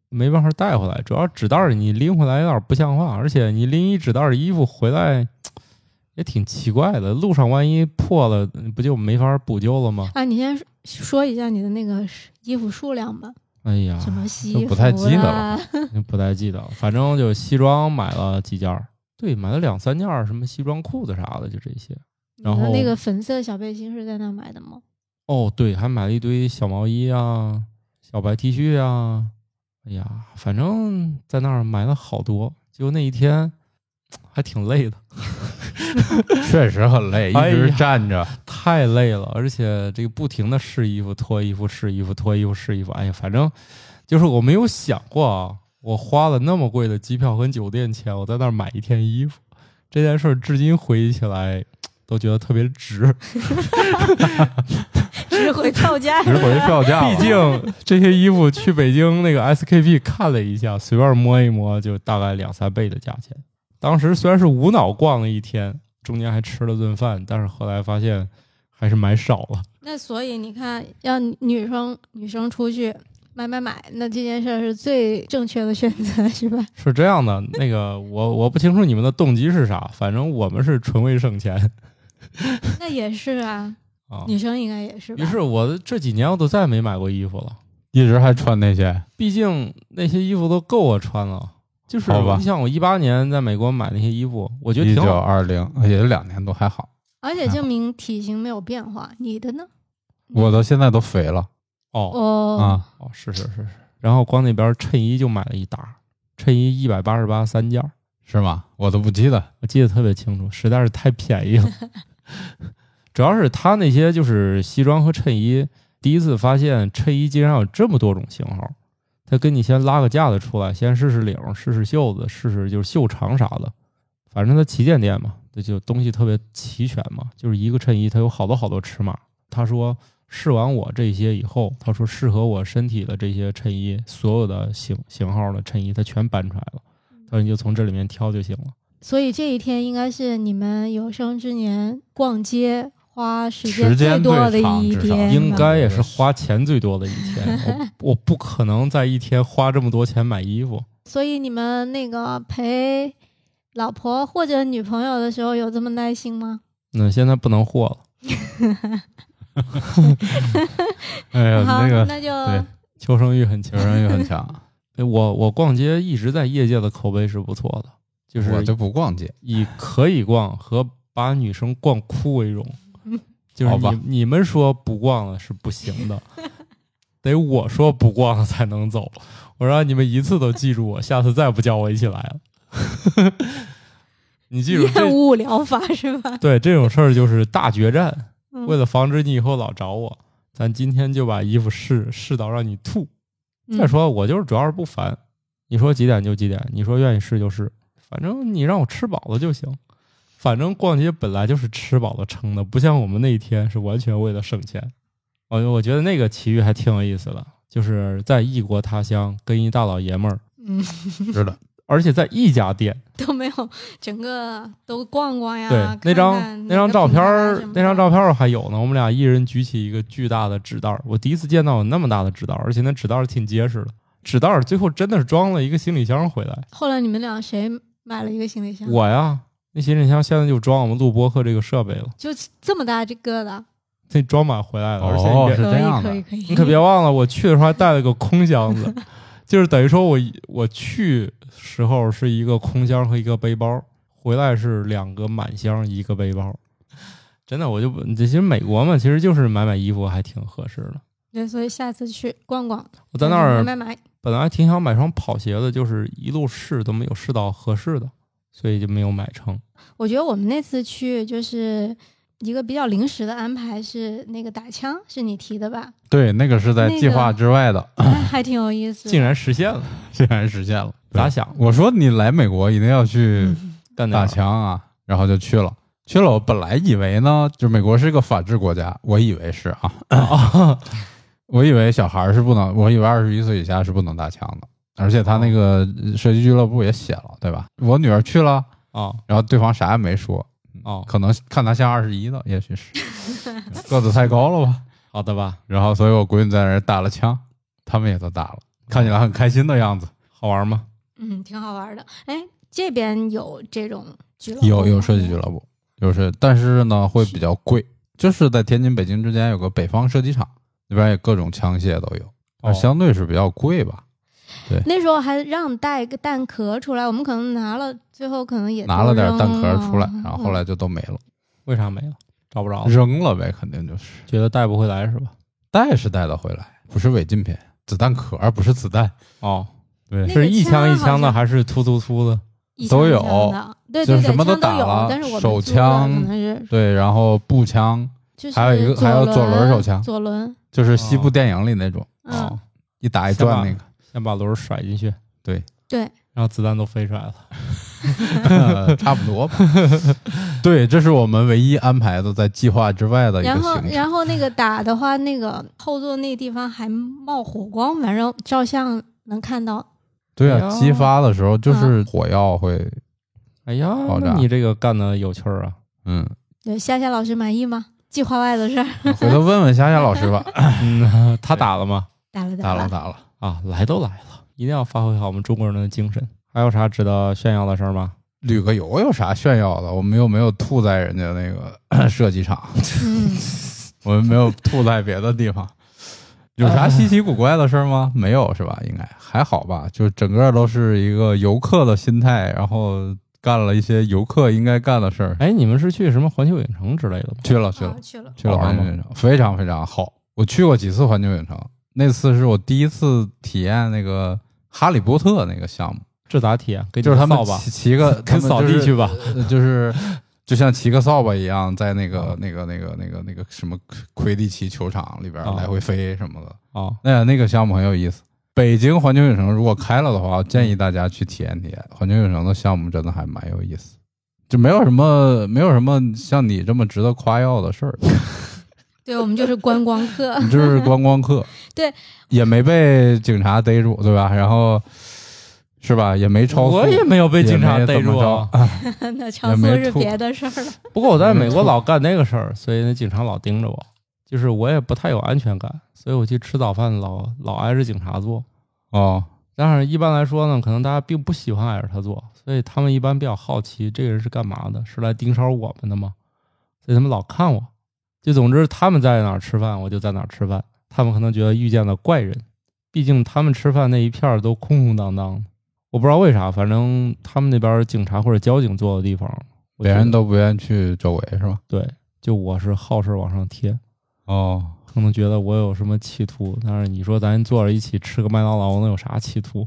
Speaker 1: 没办法带回来。主要纸袋儿你拎回来有点不像话，而且你拎一纸袋儿的衣服回来也挺奇怪的。路上万一破了，不就没法补救了吗？
Speaker 3: 啊，你先说说一下你的那个衣服数量吧，
Speaker 1: 哎呀，
Speaker 3: 什么西服
Speaker 2: 啊不太记得
Speaker 3: 啦
Speaker 2: 了，
Speaker 1: 不太记得了，反正就西装买了几件儿，对，买了两三件儿，什么西装裤子啥的，就这些。然后
Speaker 3: 你的那个粉色小背心是在那买的吗？ [laughs]
Speaker 1: 哦，对，还买了一堆小毛衣啊、小白 T 恤啊。哎呀，反正在那儿买了好多，结果那一天还挺累的，
Speaker 2: 确实很累，一
Speaker 1: 哎
Speaker 2: 直
Speaker 1: 呀
Speaker 2: 站着。
Speaker 1: 太累了，而且这个不停的试衣服、脱衣服、试衣服、脱衣服、试衣服，哎呀，反正就是我没有想过啊，我花了那么贵的机票跟酒店钱，我在那儿买一天衣服，这件事儿至今回忆起来都觉得特别值。
Speaker 3: 值回票价
Speaker 2: 值回票 [laughs] 价
Speaker 1: 毕
Speaker 2: 了，
Speaker 1: 竟这些衣服去北京那个 SKP 看了一下，随便摸一摸就大概两三倍的价钱。当时虽然是无脑逛了一天，中间还吃了顿饭，但是后来发现还是买少了。
Speaker 3: 那所以你看，要女生女生出去买买买，那这件事儿是最正确的选择， [laughs] 是吧？
Speaker 1: 是这样的，那个我我不清楚你们的动机是啥，反正我们是纯为省钱
Speaker 3: 那也是啊，
Speaker 2: 哦
Speaker 1: 啊。
Speaker 3: 女生应该也是吧？
Speaker 1: 于是我这几年我都再也没买过衣服了，
Speaker 2: 一直还穿那些，
Speaker 1: 毕竟那些衣服都够我穿了。就是
Speaker 2: 好吧
Speaker 1: 你像我一八年在美国买那些衣服，我觉得
Speaker 2: 一
Speaker 1: 挺
Speaker 2: 九
Speaker 1: 好
Speaker 2: 二零也就两年多，还好。
Speaker 3: 而且
Speaker 2: 嗯
Speaker 3: 证明体型没有变化，你的呢？
Speaker 2: 我到现在都肥了
Speaker 1: 嗯哦
Speaker 3: 哦，
Speaker 2: 啊，
Speaker 1: 哦，是是是是。然后光那边衬衣就买了一打，衬衣一百八十八三件儿，
Speaker 2: 是吗？我都不记得。
Speaker 1: 我记得特别清楚，实在是太便宜了。主要是他那些就是西装和衬衣，第一次发现衬衣竟然有这么多种型号。他跟你先拉个架子出来，先试试领，试试袖子，试试就是袖长啥的。反正他旗舰店嘛，这就东西特别齐全嘛，就是一个衬衣，它有好多好多尺码。他说试完我这些以后，他说适合我身体的这些衬衣，所有的型型号的衬衣，他全搬出来了。他说你就从这里面挑就行了。
Speaker 3: 所以这一天应该是你们有生之年逛街花时间
Speaker 2: 时间
Speaker 3: 最多的
Speaker 2: 最长
Speaker 3: 一
Speaker 2: 至少
Speaker 3: 天吧，
Speaker 1: 应该也是花钱最多的一天。
Speaker 3: [laughs]
Speaker 1: 我我不可能在一天花这么多钱买衣服。
Speaker 3: 所以你们那个陪老婆或者女朋友的时候有这么耐心吗？
Speaker 1: 那现在不能货了， [laughs]
Speaker 2: 哎呀，
Speaker 3: 好，
Speaker 2: 那个
Speaker 3: 那
Speaker 2: 对
Speaker 3: 就
Speaker 1: 求生欲很强哎
Speaker 2: 求。生欲很强，
Speaker 1: 我我逛街一直在业界的口碑是不错的， [laughs] 就
Speaker 2: 我
Speaker 1: 是 [laughs]
Speaker 2: 就不逛街。
Speaker 1: 以可以逛和把女生逛哭为荣。就是
Speaker 2: 好吧
Speaker 1: 你你们说不逛了是不行的，得我说不逛了才能走。我让你们一次都记住我，下次再不叫我一起来了。 [laughs] 你记住，这
Speaker 3: 厌恶疗法是吧？
Speaker 1: 对这种事儿就是大决战。
Speaker 3: 嗯
Speaker 1: 为了防止你以后老找我，咱今天就把衣服试试到让你吐。
Speaker 3: 嗯
Speaker 1: 再说我就是主要是不烦，你说几点就几点，你说愿意试就试，反正你让我吃饱了就行。反正逛街本来就是吃饱了撑的，不像我们那一天是完全为了省钱。我我觉得那个奇遇还挺有意思的，就是在异国他乡跟一大老爷们儿，
Speaker 3: 嗯，
Speaker 2: 是的，
Speaker 1: 而且在一家店，
Speaker 3: [laughs] 都没有整个都逛逛哎呀。
Speaker 1: 对，那张那张照片儿，那张照
Speaker 3: 片
Speaker 1: 片儿还有呢。我们俩一人举起一个巨大的纸袋儿，我第一次见到有那么大的纸袋儿，而且那纸袋儿挺结实的。纸袋儿最后真的是装了一个行李箱回来。
Speaker 3: 后来你们俩谁买了一个行李箱？
Speaker 1: 我呀，那行李箱现在就装我们录播客这个设备了，
Speaker 3: 就这么大这个的，
Speaker 1: 这装满回来了。而且
Speaker 2: 哦
Speaker 1: 你别
Speaker 2: 是
Speaker 3: 可
Speaker 2: 这
Speaker 3: 以
Speaker 2: 样的
Speaker 3: 可以可以。
Speaker 1: [laughs] 你可别忘了，我去的时候还带了个空箱
Speaker 2: [laughs]
Speaker 1: 子，就是等于说我我去时候是一个空箱和一个背包，回来是两个满箱一个背包。真的，我就不，其实美国嘛，其实就是买买衣服还挺合适的。
Speaker 3: 对，所以下次去逛逛，
Speaker 1: 我在那儿
Speaker 3: 嗯买买买。
Speaker 1: 本来挺想买双跑鞋的，就是一路试都没有试到合适的，所以就没有买成。
Speaker 3: 我觉得我们那次去就是一个比较临时的安排，是那个打枪，是你提的吧？
Speaker 2: 对，那个是在
Speaker 3: 那
Speaker 2: 计划
Speaker 3: 个
Speaker 2: 之外的，
Speaker 3: 哎 [laughs] 还挺有意思
Speaker 1: 啊
Speaker 3: 的。
Speaker 1: 竟然实现了，
Speaker 2: [laughs] 竟然实现了。
Speaker 1: 咋想的
Speaker 2: 我说你来美国一定要去
Speaker 1: 干点
Speaker 2: 打
Speaker 1: 儿？
Speaker 2: 枪啊，然后就去了。去了，我本来以为呢，就美国是个法治国家，我以为是啊，
Speaker 1: [laughs]
Speaker 2: 我以为小孩儿是不能，我以为二十一岁以下是不能打枪的，而且他那个
Speaker 1: 哦
Speaker 2: 呃射击俱乐部也写了，对吧？我女儿去了，
Speaker 1: 啊
Speaker 2: 然后对方啥也没说，
Speaker 1: 哦，
Speaker 2: 可能看她像二十一的，也许是
Speaker 3: [laughs]
Speaker 2: 个子太高了吧。
Speaker 1: 好的吧，
Speaker 2: 然后，所以我闺女在那儿打了枪，他们也都打了，看起来很开心的样子。
Speaker 1: 好玩吗？
Speaker 3: 嗯，挺好玩的。哎，这边有这种俱乐部
Speaker 2: 有有
Speaker 3: 吗
Speaker 2: 设计俱乐部，有设计，但是呢会比较贵，就是在天津、北京之间有个北方射击场，那边也各种枪械都有，
Speaker 1: 哦
Speaker 2: 而相对是比较贵吧，
Speaker 3: 那时候还让带个蛋壳出来，我们可能拿了，最后可能也
Speaker 2: 拿了点
Speaker 3: 都
Speaker 2: 蛋
Speaker 3: 扔啊
Speaker 2: 壳出来
Speaker 3: 了，嗯
Speaker 2: 然后后来就都没了，
Speaker 1: 为啥没了？找不着了，
Speaker 2: 嗯扔了呗，肯定就是
Speaker 1: 觉得带不回来是吧？
Speaker 2: 带是带得回来，不是违禁品，子弹壳儿不是子弹，
Speaker 1: 哦，
Speaker 2: 对
Speaker 3: 那个
Speaker 1: 是一枪一
Speaker 3: 枪啊
Speaker 1: 枪
Speaker 3: 好
Speaker 1: 的
Speaker 3: 像
Speaker 1: 还是突突突的？
Speaker 3: 一
Speaker 2: 都
Speaker 3: 箱一
Speaker 2: 有
Speaker 3: 箱的，对
Speaker 2: 就
Speaker 3: 对
Speaker 2: 是
Speaker 3: 对，
Speaker 2: 什么都
Speaker 3: 枪
Speaker 2: 打
Speaker 3: 有
Speaker 2: 了
Speaker 3: 但是我们
Speaker 2: 手
Speaker 3: 租的
Speaker 2: 枪
Speaker 3: 可能是
Speaker 2: 对，然后步枪
Speaker 3: 就是
Speaker 2: 还有一个还有左轮手枪
Speaker 3: 左轮，
Speaker 2: 就是西
Speaker 1: 哦
Speaker 2: 部电影里那种，啊
Speaker 3: 嗯，
Speaker 2: 一打一转那个，
Speaker 1: 先把轮儿甩进去，
Speaker 3: 对，
Speaker 1: 然后子弹都飞出来了。
Speaker 2: [laughs] 差不多吧。对，这是我们唯一安排的在计划之外的一个
Speaker 3: 然后
Speaker 2: 行程。
Speaker 3: 然后那个打的话，那个后座那地方还冒火光，反正照相能看到。
Speaker 2: 对
Speaker 1: 哎
Speaker 2: 啊，
Speaker 1: 呦
Speaker 2: 激发的时候
Speaker 3: 嗯
Speaker 2: 就是火药会，
Speaker 1: 哎呀，
Speaker 2: 爆炸
Speaker 1: 那你这个干的有趣儿啊！
Speaker 2: 嗯，
Speaker 3: 对，夏夏老师满意吗？计划外的事儿，
Speaker 2: 回头问问夏夏老师
Speaker 3: [laughs]
Speaker 2: 吧。
Speaker 1: 嗯，他打了吗？
Speaker 3: 打了
Speaker 2: 打
Speaker 3: 了
Speaker 2: 了，打了，
Speaker 1: 啊，来都来了，一定要发挥好我们中国人的精神。还有啥值得炫耀的事儿吗？
Speaker 2: 旅个游有啥炫耀的？我们又没有吐在人家那个 [clears throat] 咳射击场，
Speaker 3: 嗯，
Speaker 2: [laughs] 我们没有吐在别的地方。有啥
Speaker 1: 嗯
Speaker 2: 稀奇古怪的事儿吗？没有是吧？应该还好吧。就整个都是一个游客的心态，然后干了一些游客应该干的事儿。
Speaker 1: 哎，你们是去什么环球影城之类的吗？
Speaker 2: 去了去了
Speaker 3: 啊，去了，
Speaker 2: 去了
Speaker 1: 好玩
Speaker 2: 环
Speaker 1: 吗
Speaker 2: 球影城，非常非常好。我去过几次环球影城，那次是我第一次体验那个哈利波特那个项目，
Speaker 1: 这咋体验？给你
Speaker 2: 就是他
Speaker 1: 扫
Speaker 2: 们
Speaker 1: [laughs] 把，
Speaker 2: 骑骑个
Speaker 1: 跟扫地去，吧。
Speaker 2: 他们就是呃就是就像骑个扫把一样，在那
Speaker 1: 啊
Speaker 2: 个那个那个那个那个什么魁地奇球场里边
Speaker 1: 啊
Speaker 2: 来回飞什么的。
Speaker 1: 啊，
Speaker 2: 那那个项目很有意思。北京环球影城如果开了的话，建
Speaker 1: 嗯
Speaker 2: 议大家去体验体验。环球影城的项目真的还蛮有意思，就没有什么没有什么像你这么值得夸耀的
Speaker 1: [laughs]
Speaker 2: 事儿。
Speaker 3: 对我们就是观光客，，
Speaker 2: 你就是观光客
Speaker 3: 对，
Speaker 2: 也没被警察逮住，对吧？然后是吧，也没超速，
Speaker 1: 我也没有被警察逮住啊。
Speaker 3: 那超速
Speaker 2: 没
Speaker 3: 是
Speaker 2: 吐
Speaker 3: 别的事儿了。
Speaker 1: 不过我在美国老干那个事儿，所以那警察老盯着我，就是我也不太有安全感，所以我去吃早饭老老挨着警察坐。
Speaker 2: 哦，
Speaker 1: 但是一般来说呢，可能大家并不喜欢挨着他做，所以他们一般比较好奇这个人是干嘛的，是来盯梢我们的吗？所以他们老看我。就总之，他们在哪儿吃饭，我就在哪儿吃饭。他们可能觉得遇见了怪人，毕竟他们吃饭那一片儿都空空荡荡的。我不知道为啥，反正他们那边儿警察或者交警坐的地方，我
Speaker 2: 别
Speaker 1: 觉
Speaker 2: 人
Speaker 1: 得
Speaker 2: 都不愿意去周围，是吧？
Speaker 1: 对，就我是好事往上贴，
Speaker 2: 哦，
Speaker 1: 可能觉得我有什么企图，但是你说咱坐着一起吃个麦当劳，能有啥企图？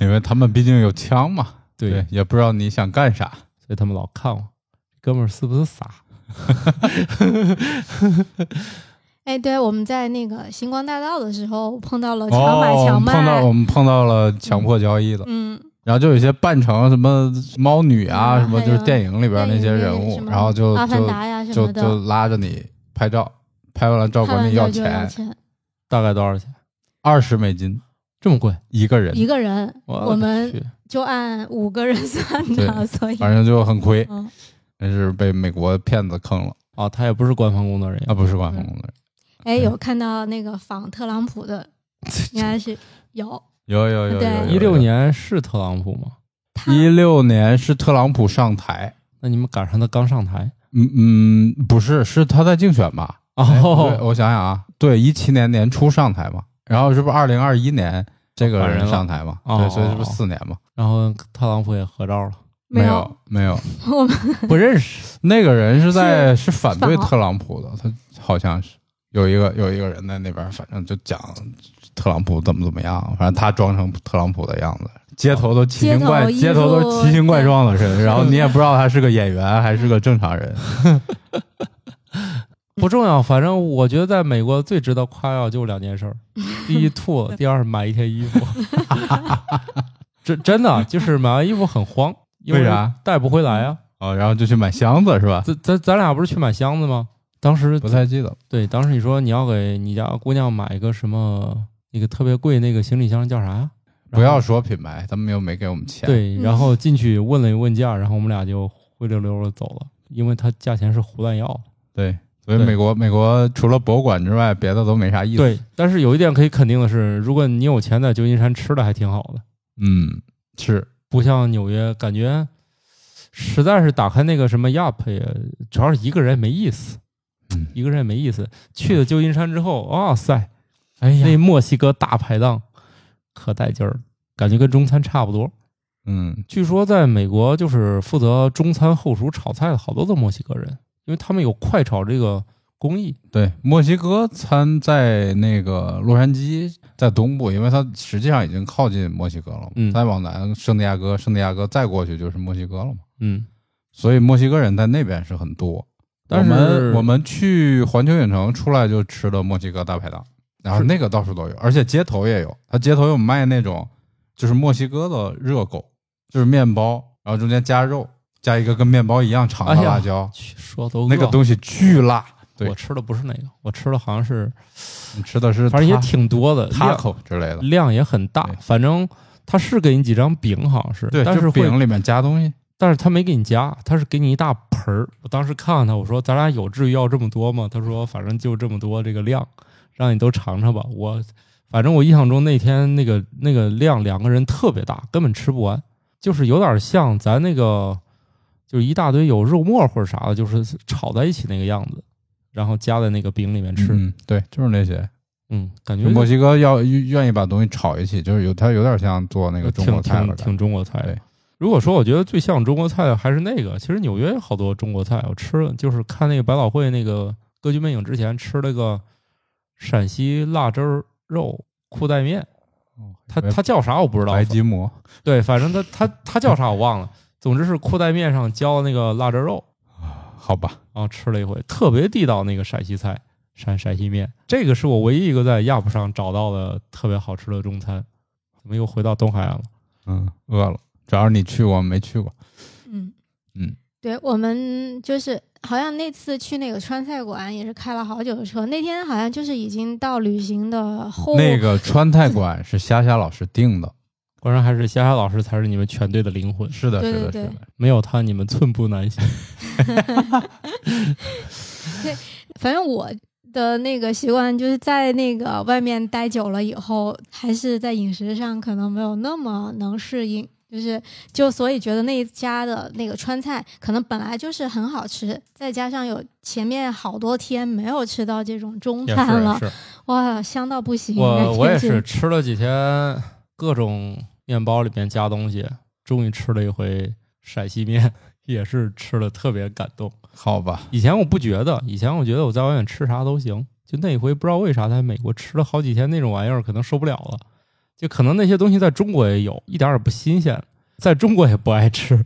Speaker 2: 因为他们毕竟有枪嘛，
Speaker 1: 对，
Speaker 2: 也不知道你想干啥。
Speaker 1: 所以他们老看我，哥们儿是不是傻？
Speaker 3: 哎，对，我们在那个星光大道的时候碰到了强买强卖，
Speaker 2: 哦、我们碰到我们碰到了强迫交易的，
Speaker 3: 嗯，
Speaker 2: 然后就有一些扮成什么猫女啊，
Speaker 3: 嗯
Speaker 2: 什么
Speaker 3: 还
Speaker 2: 就
Speaker 3: 有
Speaker 2: 是电影里边那些人
Speaker 3: 电影里面什
Speaker 2: 物，
Speaker 3: 么
Speaker 2: 然后就
Speaker 3: 阿凡
Speaker 2: 就
Speaker 3: 达呀什
Speaker 2: 就
Speaker 3: 么的，
Speaker 2: 就拉着你拍照，拍完了照
Speaker 3: 看
Speaker 2: 管
Speaker 3: 完
Speaker 2: 你
Speaker 3: 之后就要
Speaker 2: 钱，
Speaker 3: 钱，
Speaker 1: 大概多少钱？
Speaker 2: 二十美金
Speaker 1: 这么贵？
Speaker 2: 一个人，
Speaker 3: 一个人
Speaker 1: 我
Speaker 3: 我们
Speaker 1: 去
Speaker 3: 就按五个人算的，
Speaker 2: 对
Speaker 3: 所以
Speaker 2: 反正就很亏，
Speaker 3: 嗯，
Speaker 2: 但是被美国骗子坑了
Speaker 1: 啊，他也不是官方工作人
Speaker 2: 啊，
Speaker 1: 员，
Speaker 2: 不是官方工作人
Speaker 3: 哎，有看到那个仿特朗普的，应该
Speaker 2: [laughs]
Speaker 3: 是有
Speaker 2: 员，有有有
Speaker 3: 对
Speaker 2: 有，
Speaker 1: 一六年是特朗普吗？
Speaker 3: 他
Speaker 2: 一六年是特朗普上台，
Speaker 1: 那你们赶上他刚上台
Speaker 2: 嗯嗯，不是，是他在竞选吧？哎不对
Speaker 1: 哦，
Speaker 2: 我想想啊，对，一七年年初上台嘛，然后这不二零二一年这个
Speaker 1: 换人
Speaker 2: 人
Speaker 1: 了
Speaker 2: 上台嘛，
Speaker 1: 哦
Speaker 2: 对，所以这不四年嘛？
Speaker 1: 然后特朗普也合照了，
Speaker 3: 没有
Speaker 2: 有没有，
Speaker 3: 我们
Speaker 1: [laughs] 不认识，
Speaker 2: 那个人是在是反对
Speaker 3: 反
Speaker 2: 特朗普的，他好像是有一个有一个人在那边，反正就讲特朗普怎么怎么样，反正他装成特朗普的样子。街头都奇形怪，
Speaker 3: 街
Speaker 2: 街
Speaker 3: 头
Speaker 2: 头
Speaker 3: 艺术
Speaker 2: 都是奇形怪状的
Speaker 3: [laughs]
Speaker 2: 人，然后你也不知道他是个演员还是个正常人。
Speaker 1: 不重要。反正我觉得在美国最值得夸耀就两件事儿：第一吐，第二买一天衣服。 [laughs] 真真的就是买完衣服很慌，因
Speaker 2: 为啥
Speaker 1: 带不回来啊？
Speaker 2: 哦，然后就去买箱子是吧？
Speaker 1: 咱咱咱俩不是去买箱子吗？当时
Speaker 2: 不太记得了，
Speaker 1: 对，当时你说你要给你家姑娘买一个什么那个特别贵那个行李箱叫啥呀？
Speaker 2: 不
Speaker 1: 然后
Speaker 2: 要说品牌，他们又没给我们钱。，
Speaker 1: 对，
Speaker 3: 嗯
Speaker 1: 然后进去问了一问价，然后我们俩就灰溜溜的走了，因为它价钱是胡乱要。
Speaker 2: 对，所以
Speaker 1: 对
Speaker 2: 美国美国除了博物馆之外，别的都没啥意思。，
Speaker 1: 对，但是有一点可以肯定的是，如果你有钱，在旧金山吃的还挺好的，
Speaker 2: 嗯，是
Speaker 1: 不像纽约，感觉实在是打开那个什么 Yup，也主要是一个人也没意思，
Speaker 2: 嗯
Speaker 1: 一个人也没意思。去了旧金山之后，哇、塞，
Speaker 2: 哎
Speaker 1: 那，墨西哥大排档可带劲儿了，感觉跟中餐差不多。
Speaker 2: 嗯，
Speaker 1: 据说在美国，就是负责中餐后厨炒菜的好多的墨西哥人，因为他们有快炒这个工艺。
Speaker 2: 对，墨西哥餐在那个洛杉矶，在东部，因为它实际上已经靠近墨西哥了嘛。
Speaker 1: 嗯
Speaker 2: 再往南，圣地亚哥，圣地亚哥再过去就是墨西哥了嘛。
Speaker 1: 嗯，
Speaker 2: 所以墨西哥人在那边是很多。
Speaker 1: 但是
Speaker 2: 我们我们去环球影城出来就吃了墨西哥大排档，然后
Speaker 1: 是
Speaker 2: 那个到处都有，而且街头也有，它街头有卖那种就是墨西哥的热狗，就是面包，然后中间加肉，加一个跟面包一样长的
Speaker 1: 哎呀
Speaker 2: 辣椒，
Speaker 1: 去说都饿
Speaker 2: 那个
Speaker 1: 了
Speaker 2: 东西巨辣。对
Speaker 1: 我吃的不是那个，我吃的好像是，
Speaker 2: 你吃的是
Speaker 1: 反正也嗯
Speaker 2: 塔
Speaker 1: 挺多的，
Speaker 2: 塔
Speaker 1: 量
Speaker 2: 口之类的，
Speaker 1: 量也很大
Speaker 2: 对。
Speaker 1: 反正他是给你几张饼，好像是，
Speaker 2: 对，
Speaker 1: 但是
Speaker 2: 就
Speaker 1: 会
Speaker 2: 饼里面加东西。
Speaker 1: 但是他没给你加，他是给你一大盆儿。我当时看看他，我说咱俩有至于要这么多吗？他说反正就这么多这个量，让你都尝尝吧。我反正我印象中那天那个那个量两个人特别大，根本吃不完，就是有点像咱那个就是一大堆有肉末或者啥的，就是炒在一起那个样子，然后加在那个饼里面吃。嗯嗯
Speaker 2: 嗯，对，就是那些。
Speaker 1: 感觉
Speaker 2: 就墨西哥要愿意把东西炒一起，就是有它有点像做那个中国菜
Speaker 1: 挺
Speaker 2: 了
Speaker 1: 挺。挺中国菜的
Speaker 2: 对。
Speaker 1: 如果说我觉得最像中国菜的还是那个，其实纽约有好多中国菜，我吃了就是看那个百老汇那个歌剧魅影之前吃了个陕西腊汁儿肉裤带面，它它叫啥我不知道，
Speaker 2: 白吉馍，
Speaker 1: 对，反正它它它叫啥我忘了，总之是裤带面上浇那个腊汁儿肉，
Speaker 2: 好吧，
Speaker 1: 然后吃了一回，特别地道那个陕西菜陕陕西面，这个是我唯一一个在亚普上找到的特别好吃的中餐。怎么又回到东海岸了？
Speaker 2: 嗯， [laughs] 饿了。主要是你去过没去过？
Speaker 3: 嗯
Speaker 2: 嗯，
Speaker 3: 对，我们就是好像那次去那个川菜馆也是开了好久的车，那天好像就是已经到旅行的后
Speaker 2: 那个川菜馆是虾虾老师定的，
Speaker 1: 果然还是夏夏老师才是你们全队的灵魂，
Speaker 2: 是的，
Speaker 3: 对
Speaker 2: 是
Speaker 3: 对
Speaker 2: 的，
Speaker 3: 对
Speaker 2: 是的。
Speaker 1: 没有他你们寸步难行。
Speaker 3: 反正我的那个习惯就是在那个外面待久了以后，还是在饮食上可能没有那么能适应，就是就所以觉得那一家的那个川菜可能本来就是很好吃，再加上有前面好多天没有吃到这种中
Speaker 1: 也
Speaker 3: 餐了
Speaker 1: 是，也是，
Speaker 3: 哇，香到不行！
Speaker 1: 我我也
Speaker 3: 真
Speaker 1: 是吃了几天各种面包里面加东西，终于吃了一回陕西面， [laughs] 也是吃的特别感动。
Speaker 2: 好吧，
Speaker 1: 以前我不觉得，以前我觉得我在外面吃啥都行，就那回不知道为啥在美国吃了好几天那种玩意儿，可能受不了了。就可能那些东西在中国也有，一点儿也不新鲜，在中国也不爱吃，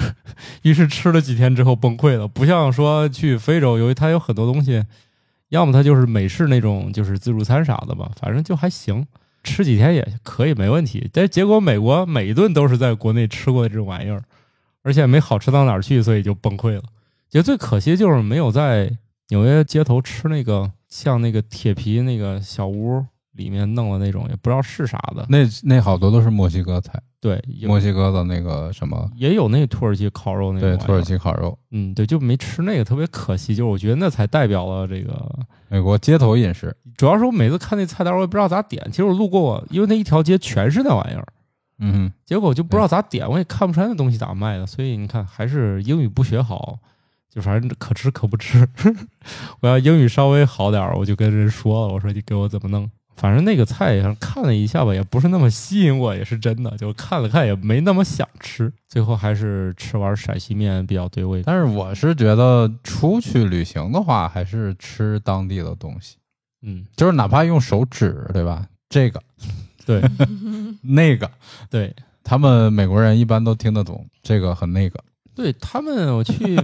Speaker 1: [laughs] 于是吃了几天之后崩溃了。不像说去非洲，由于它有很多东西，要么它就是美式那种就是自助餐啥的吧，反正就还行，吃几天也可以没问题。但结果美国每一顿都是在国内吃过的这种玩意儿，而且没好吃到哪儿去，所以就崩溃了。觉得最可惜就是没有在纽约街头吃那个像那个铁皮那个小屋里面弄的那种，也不知道是啥的。
Speaker 2: 那那好多都是墨西哥菜，
Speaker 1: 对，有
Speaker 2: 墨西哥的那个什么，
Speaker 1: 也有那土耳其烤肉那种。
Speaker 2: 对，土耳，其烤肉，
Speaker 1: 嗯，对，就没吃那个，特别可惜。就是我觉得那才代表了这个，
Speaker 2: 美国街头饮食，
Speaker 1: 主要是我每次看那菜单，我也不知道咋点。其实我路过，因为那一条街全是那玩意儿，
Speaker 2: 嗯
Speaker 1: 结果我就不知道咋点，我也看不出来那东西咋卖的。所以你看，还是英语不学好，就反正可吃可不吃。 [laughs] 我要英语稍微好点儿，我就跟人说了，我说你给我怎么弄。反正那个菜看了一下吧，也不是那么吸引我，也是真的，就看了看也没那么想吃。最后还是吃碗陕西面比较对味。
Speaker 2: 但是我是觉得出去旅行的话，还是吃当地的东西，
Speaker 1: 嗯，
Speaker 2: 就是哪怕用手指，对吧？这个
Speaker 1: 对 [laughs]
Speaker 2: 那个，
Speaker 1: 对
Speaker 2: 他们美国人一般都听得懂，这个和那个，
Speaker 1: 对，他们我去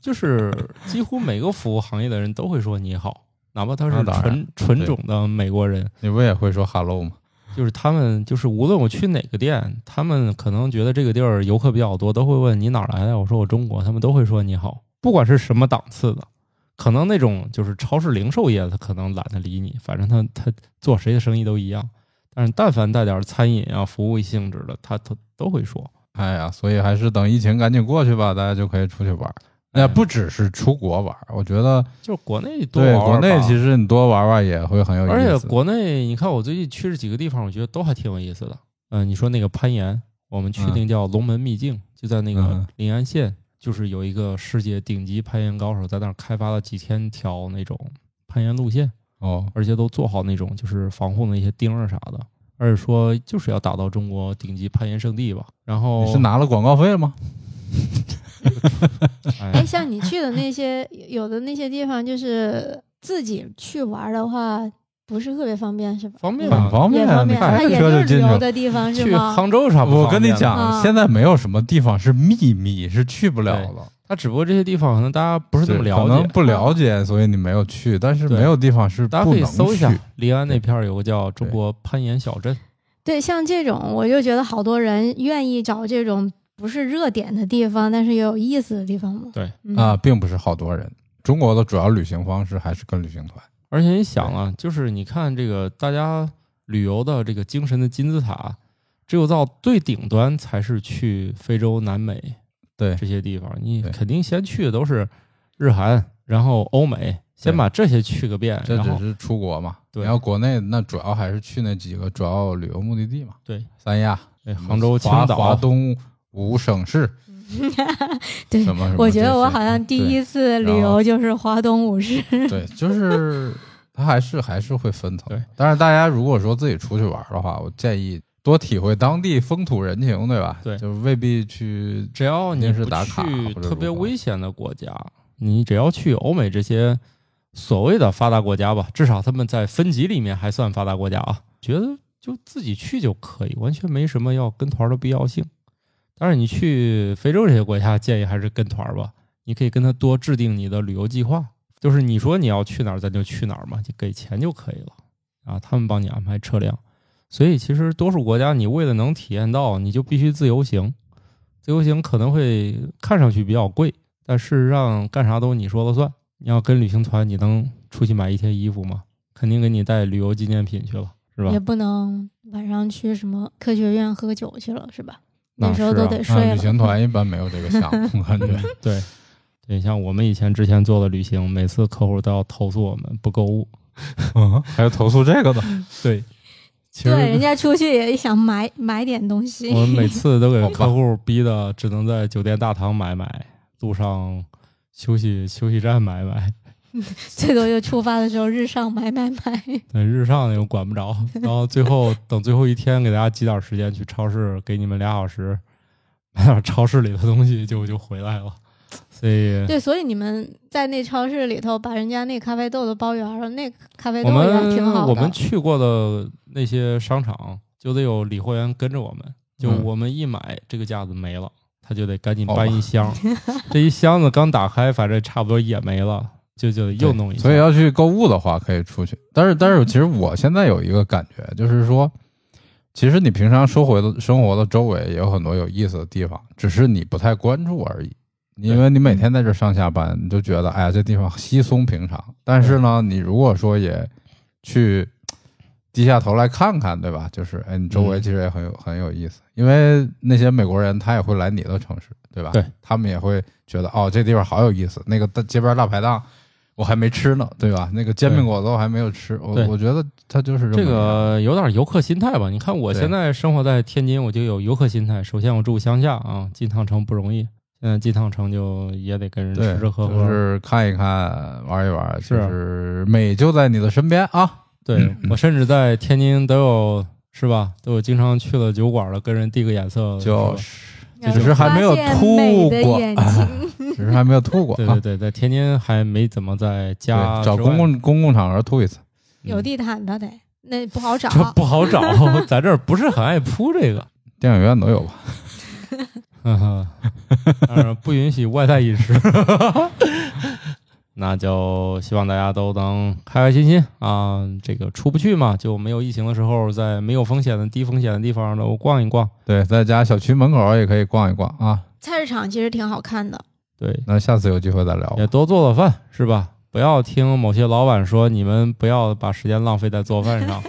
Speaker 1: 就是几乎每个服务行业的人都会说你好，哪怕他
Speaker 2: 那
Speaker 1: 是
Speaker 2: 当然
Speaker 1: 纯纯种的美国人，
Speaker 2: 你不也会说 hello 吗？
Speaker 1: 就是他们，就是无论我去哪个店，他们可能觉得这个地儿游客比较多，都会问你哪儿来的。我说我中国，他们都会说你好，不管是什么档次的。可能那种就是超市零售业的，他可能懒得理你，反正他他做谁的生意都一样。但是但凡带点餐饮啊、服务性质的，他他都会说。
Speaker 2: 哎呀，所以还是等疫情赶紧过去吧，大家就可以出去玩儿。
Speaker 1: 哎
Speaker 2: 那不只是出国玩儿，我觉得
Speaker 1: 就是国内多
Speaker 2: 对
Speaker 1: 玩
Speaker 2: 国
Speaker 1: 玩
Speaker 2: 内
Speaker 1: 吧
Speaker 2: 其实你多玩玩也会很有意思。
Speaker 1: 而且国内，你看我最近去这几个地方，我觉得都还挺有意思的。嗯、你说那个攀岩，我们去
Speaker 2: 嗯
Speaker 1: 那个叫龙门秘境，就在那
Speaker 2: 嗯
Speaker 1: 个临安县，就是有一个世界顶级攀岩高手在那儿开发了几千条那种攀岩路线，
Speaker 2: 哦，
Speaker 1: 而且都做好那种就是防护那些钉儿啥的。而且说就是要打造中国顶级攀岩圣地吧。然后
Speaker 2: 你是拿了广告费吗？
Speaker 1: 哎
Speaker 3: 哎，，像你去的那些有的那些地方，就是自己去玩的话，不是特别方便，是吧？
Speaker 1: 方便
Speaker 2: 很
Speaker 1: 吗？
Speaker 2: 方
Speaker 3: 也
Speaker 2: 便，啊
Speaker 3: 方
Speaker 2: 你
Speaker 3: 便，啊
Speaker 2: 开
Speaker 3: 它
Speaker 2: 个
Speaker 3: 也
Speaker 2: 车就是进
Speaker 3: 旅
Speaker 2: 去
Speaker 3: 游
Speaker 2: 了。
Speaker 3: 的地方是
Speaker 1: 去
Speaker 3: 吗？
Speaker 1: 杭州啥不方便
Speaker 2: 我跟你
Speaker 1: 呢
Speaker 2: 讲，
Speaker 3: 嗯
Speaker 2: 现在没有什么地方是秘密，是去不了
Speaker 1: 对
Speaker 2: 的。
Speaker 1: 它只不过这些地方可能大家不是那么
Speaker 2: 对
Speaker 1: 了
Speaker 2: 可能
Speaker 1: 解。
Speaker 2: 不了解，所以你没有去。但是
Speaker 1: 对
Speaker 2: 没有地方是
Speaker 1: 大家
Speaker 2: 不
Speaker 1: 可以
Speaker 2: 能
Speaker 1: 搜一下
Speaker 2: 去。
Speaker 1: 临安那片儿有个叫中国攀岩小镇，
Speaker 3: 对，像这种，我就觉得好多人愿意找这种不是热点的地方，但是也有意思的地方嘛。
Speaker 1: 对
Speaker 3: 嗯
Speaker 2: 啊，，并不是好多人。中国的主要旅行方式还是跟旅行团。
Speaker 1: 而且你想啊，就是你看这个大家旅游的这个精神的金字塔，只有到最顶端才是去非洲、南美
Speaker 2: 对，
Speaker 1: 这些地方。你
Speaker 2: 对
Speaker 1: 肯定先去的都是日韩，然后欧美，先把这些去个遍。
Speaker 2: 这
Speaker 1: 哎然
Speaker 2: 只
Speaker 1: 后
Speaker 2: 是出国嘛。
Speaker 1: 对
Speaker 2: 你要国内，那主要还是去那几个主要旅游目的地嘛。
Speaker 1: 对，
Speaker 2: 三亚、
Speaker 1: 哎杭州、青
Speaker 2: 华
Speaker 1: 岛、
Speaker 2: 华东五省市
Speaker 3: 对
Speaker 2: 什么什么。
Speaker 3: 我觉得我好像第一次旅游就是华东五市，
Speaker 2: 对，
Speaker 3: [laughs]
Speaker 2: 就是它还是还是会分层。
Speaker 1: 对，
Speaker 2: 但是大家如果说自己出去玩的话，我建议多体会当地风土人情，对吧？
Speaker 1: 对
Speaker 2: 就未必去
Speaker 1: 只要你
Speaker 2: 临时
Speaker 1: 不
Speaker 2: 打卡
Speaker 1: 去
Speaker 2: 或者
Speaker 1: 特别
Speaker 2: 如何
Speaker 1: 危险的国家，你只要去欧美这些所谓的发达国家吧，至少他们在分级里面还算发达国家啊，觉得就自己去就可以，完全没什么要跟团的必要性。当然，你去非洲这些国家，建议还是跟团吧。你可以跟他多制定你的旅游计划，就是你说你要去哪儿，咱就去哪儿嘛，就给钱就可以了啊，他们帮你安排车辆。所以其实多数国家，你为了能体验到，你就必须自由行。自由行可能会看上去比较贵，但事实上干啥都你说了算。你要跟旅行团，你能出去买一天衣服吗？肯定给你带旅游纪念品去了，是吧
Speaker 3: 也？不能晚上去什么科学院喝酒去了，是吧？
Speaker 1: 那
Speaker 3: 那时候
Speaker 1: 是啊
Speaker 3: 都得睡
Speaker 2: 嗯
Speaker 3: 了。
Speaker 2: 旅行团一般没有这个项
Speaker 1: [laughs]
Speaker 2: 目，感觉。
Speaker 1: 对，对，像我们以前之前做的旅行，每次客户都要投诉我们不购物。
Speaker 2: 嗯，还有投诉这个的，
Speaker 1: [laughs] 对，其
Speaker 3: 对，人
Speaker 1: 实 [laughs]
Speaker 3: 家出去也想买买点东西
Speaker 1: 我。们每次都给客户逼的，只能在酒店大堂买买，路上休息休息站买买。
Speaker 3: 最多就出发的时候日上买买买。
Speaker 1: [laughs] 对，日上那个管不着，然后最后等最后一天给大家挤点时间去超市，给你们俩小时买点超市里的东西就就回来了。所以
Speaker 3: 对，所以你们在那超市里头把人家那咖啡豆都包圆了，那咖啡豆
Speaker 1: 我
Speaker 3: 也
Speaker 1: 们
Speaker 3: 挺好的。
Speaker 1: 我们去过的那些商场，就得有理货员跟着我们，就
Speaker 2: 嗯
Speaker 1: 我们一买这个架子没了，他就得赶紧
Speaker 2: 哦
Speaker 1: 搬一箱， [laughs] 这一箱子刚打开，反正差不多也没了，就就得又弄一箱。
Speaker 2: 所以要去购物的话，可以出去。但是，但是，其实我现在有一个感觉，就是说，其实你平常生活的生活的周围也有很多有意思的地方，只是你不太关注而已。因为你每天在这上下班，你就觉得哎呀，这地方稀松平常。但是呢，你如果说也去低下头来看看，对吧？就是哎，你周围
Speaker 1: 嗯
Speaker 2: 其实也很有、很有意思，因为那些美国人他也会来你的城市，对吧？
Speaker 1: 对，
Speaker 2: 他们也会觉得哦，这地方好有意思。那个大街边大排档我还没吃呢，对吧？那个煎饼
Speaker 1: 对
Speaker 2: 果子我还没有吃，我
Speaker 1: 对
Speaker 2: 我觉得它就是
Speaker 1: 这
Speaker 2: 么一
Speaker 1: 个有点游客心态吧？你看我
Speaker 2: 对
Speaker 1: 现在生活在天津，我就有游客心态。首先我住乡下啊，进趟城不容易，现在进趟城就也得跟人
Speaker 2: 对，
Speaker 1: 吃吃喝喝。
Speaker 2: 就是看一看，玩一玩，
Speaker 1: 是啊
Speaker 2: 就是美就在你的身边啊。
Speaker 1: 对我甚至在天津都有是吧？都有经常去了酒馆了，跟人递个眼色，
Speaker 2: 就是是，
Speaker 3: 然后
Speaker 2: 只是还没有
Speaker 3: 发现
Speaker 2: 吐
Speaker 3: 美的
Speaker 2: 过 [laughs]
Speaker 3: 眼睛
Speaker 2: 只是还没有吐
Speaker 1: [laughs]
Speaker 2: 过
Speaker 1: 吧对
Speaker 2: 啊
Speaker 1: 对。对，在天津还没怎么在家
Speaker 2: 对找
Speaker 1: 之外
Speaker 2: 公共公共场合吐一次，
Speaker 3: 有地毯的得，那不好找。
Speaker 1: 这不好 [laughs] 找，咱这儿不是很爱铺这个。
Speaker 2: 电影院都有吧？
Speaker 1: [laughs] 嗯哼，当然不允许外带饮 [laughs] 食。那就希望大家都能开开心心啊！这个出不去嘛，就没有疫情的时候，在没有风险的低风险的地方都逛一逛。
Speaker 2: 对，在家小区门口也可以逛一逛啊。
Speaker 3: 菜市场其实挺好看的，
Speaker 1: 对，
Speaker 2: 那下次有机会再聊吧。
Speaker 1: 也多做做饭，是吧？不要听某些老板说，你们不要把时间浪费在做饭上。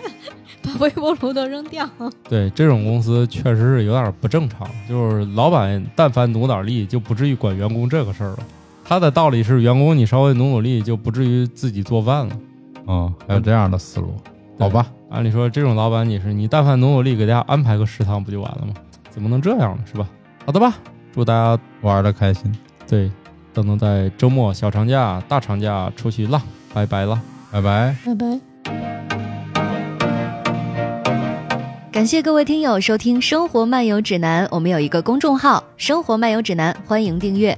Speaker 3: 把微波炉都扔掉。
Speaker 1: 对，这种公司确实是有点不正常。就是老板但凡努点力，就不至于管员工这个事儿了。他的道理是，员工你稍微努努力，就不至于自己做饭了。
Speaker 2: 嗯，还有这样的思路，
Speaker 1: 对
Speaker 2: 好吧？
Speaker 1: 按理说，这种老板你是你，但凡努努力，给大家安排个食堂不就完了吗？怎么能这样呢？是吧？好的吧，祝大家
Speaker 2: 玩的开心，
Speaker 1: 对都能在周末、小长假、大长假出去浪，拜拜了。
Speaker 2: 拜拜。
Speaker 3: 拜拜。
Speaker 4: 感谢各位听友收听《生活漫游指南》，我们有一个公众号“生活漫游指南”，欢迎订阅。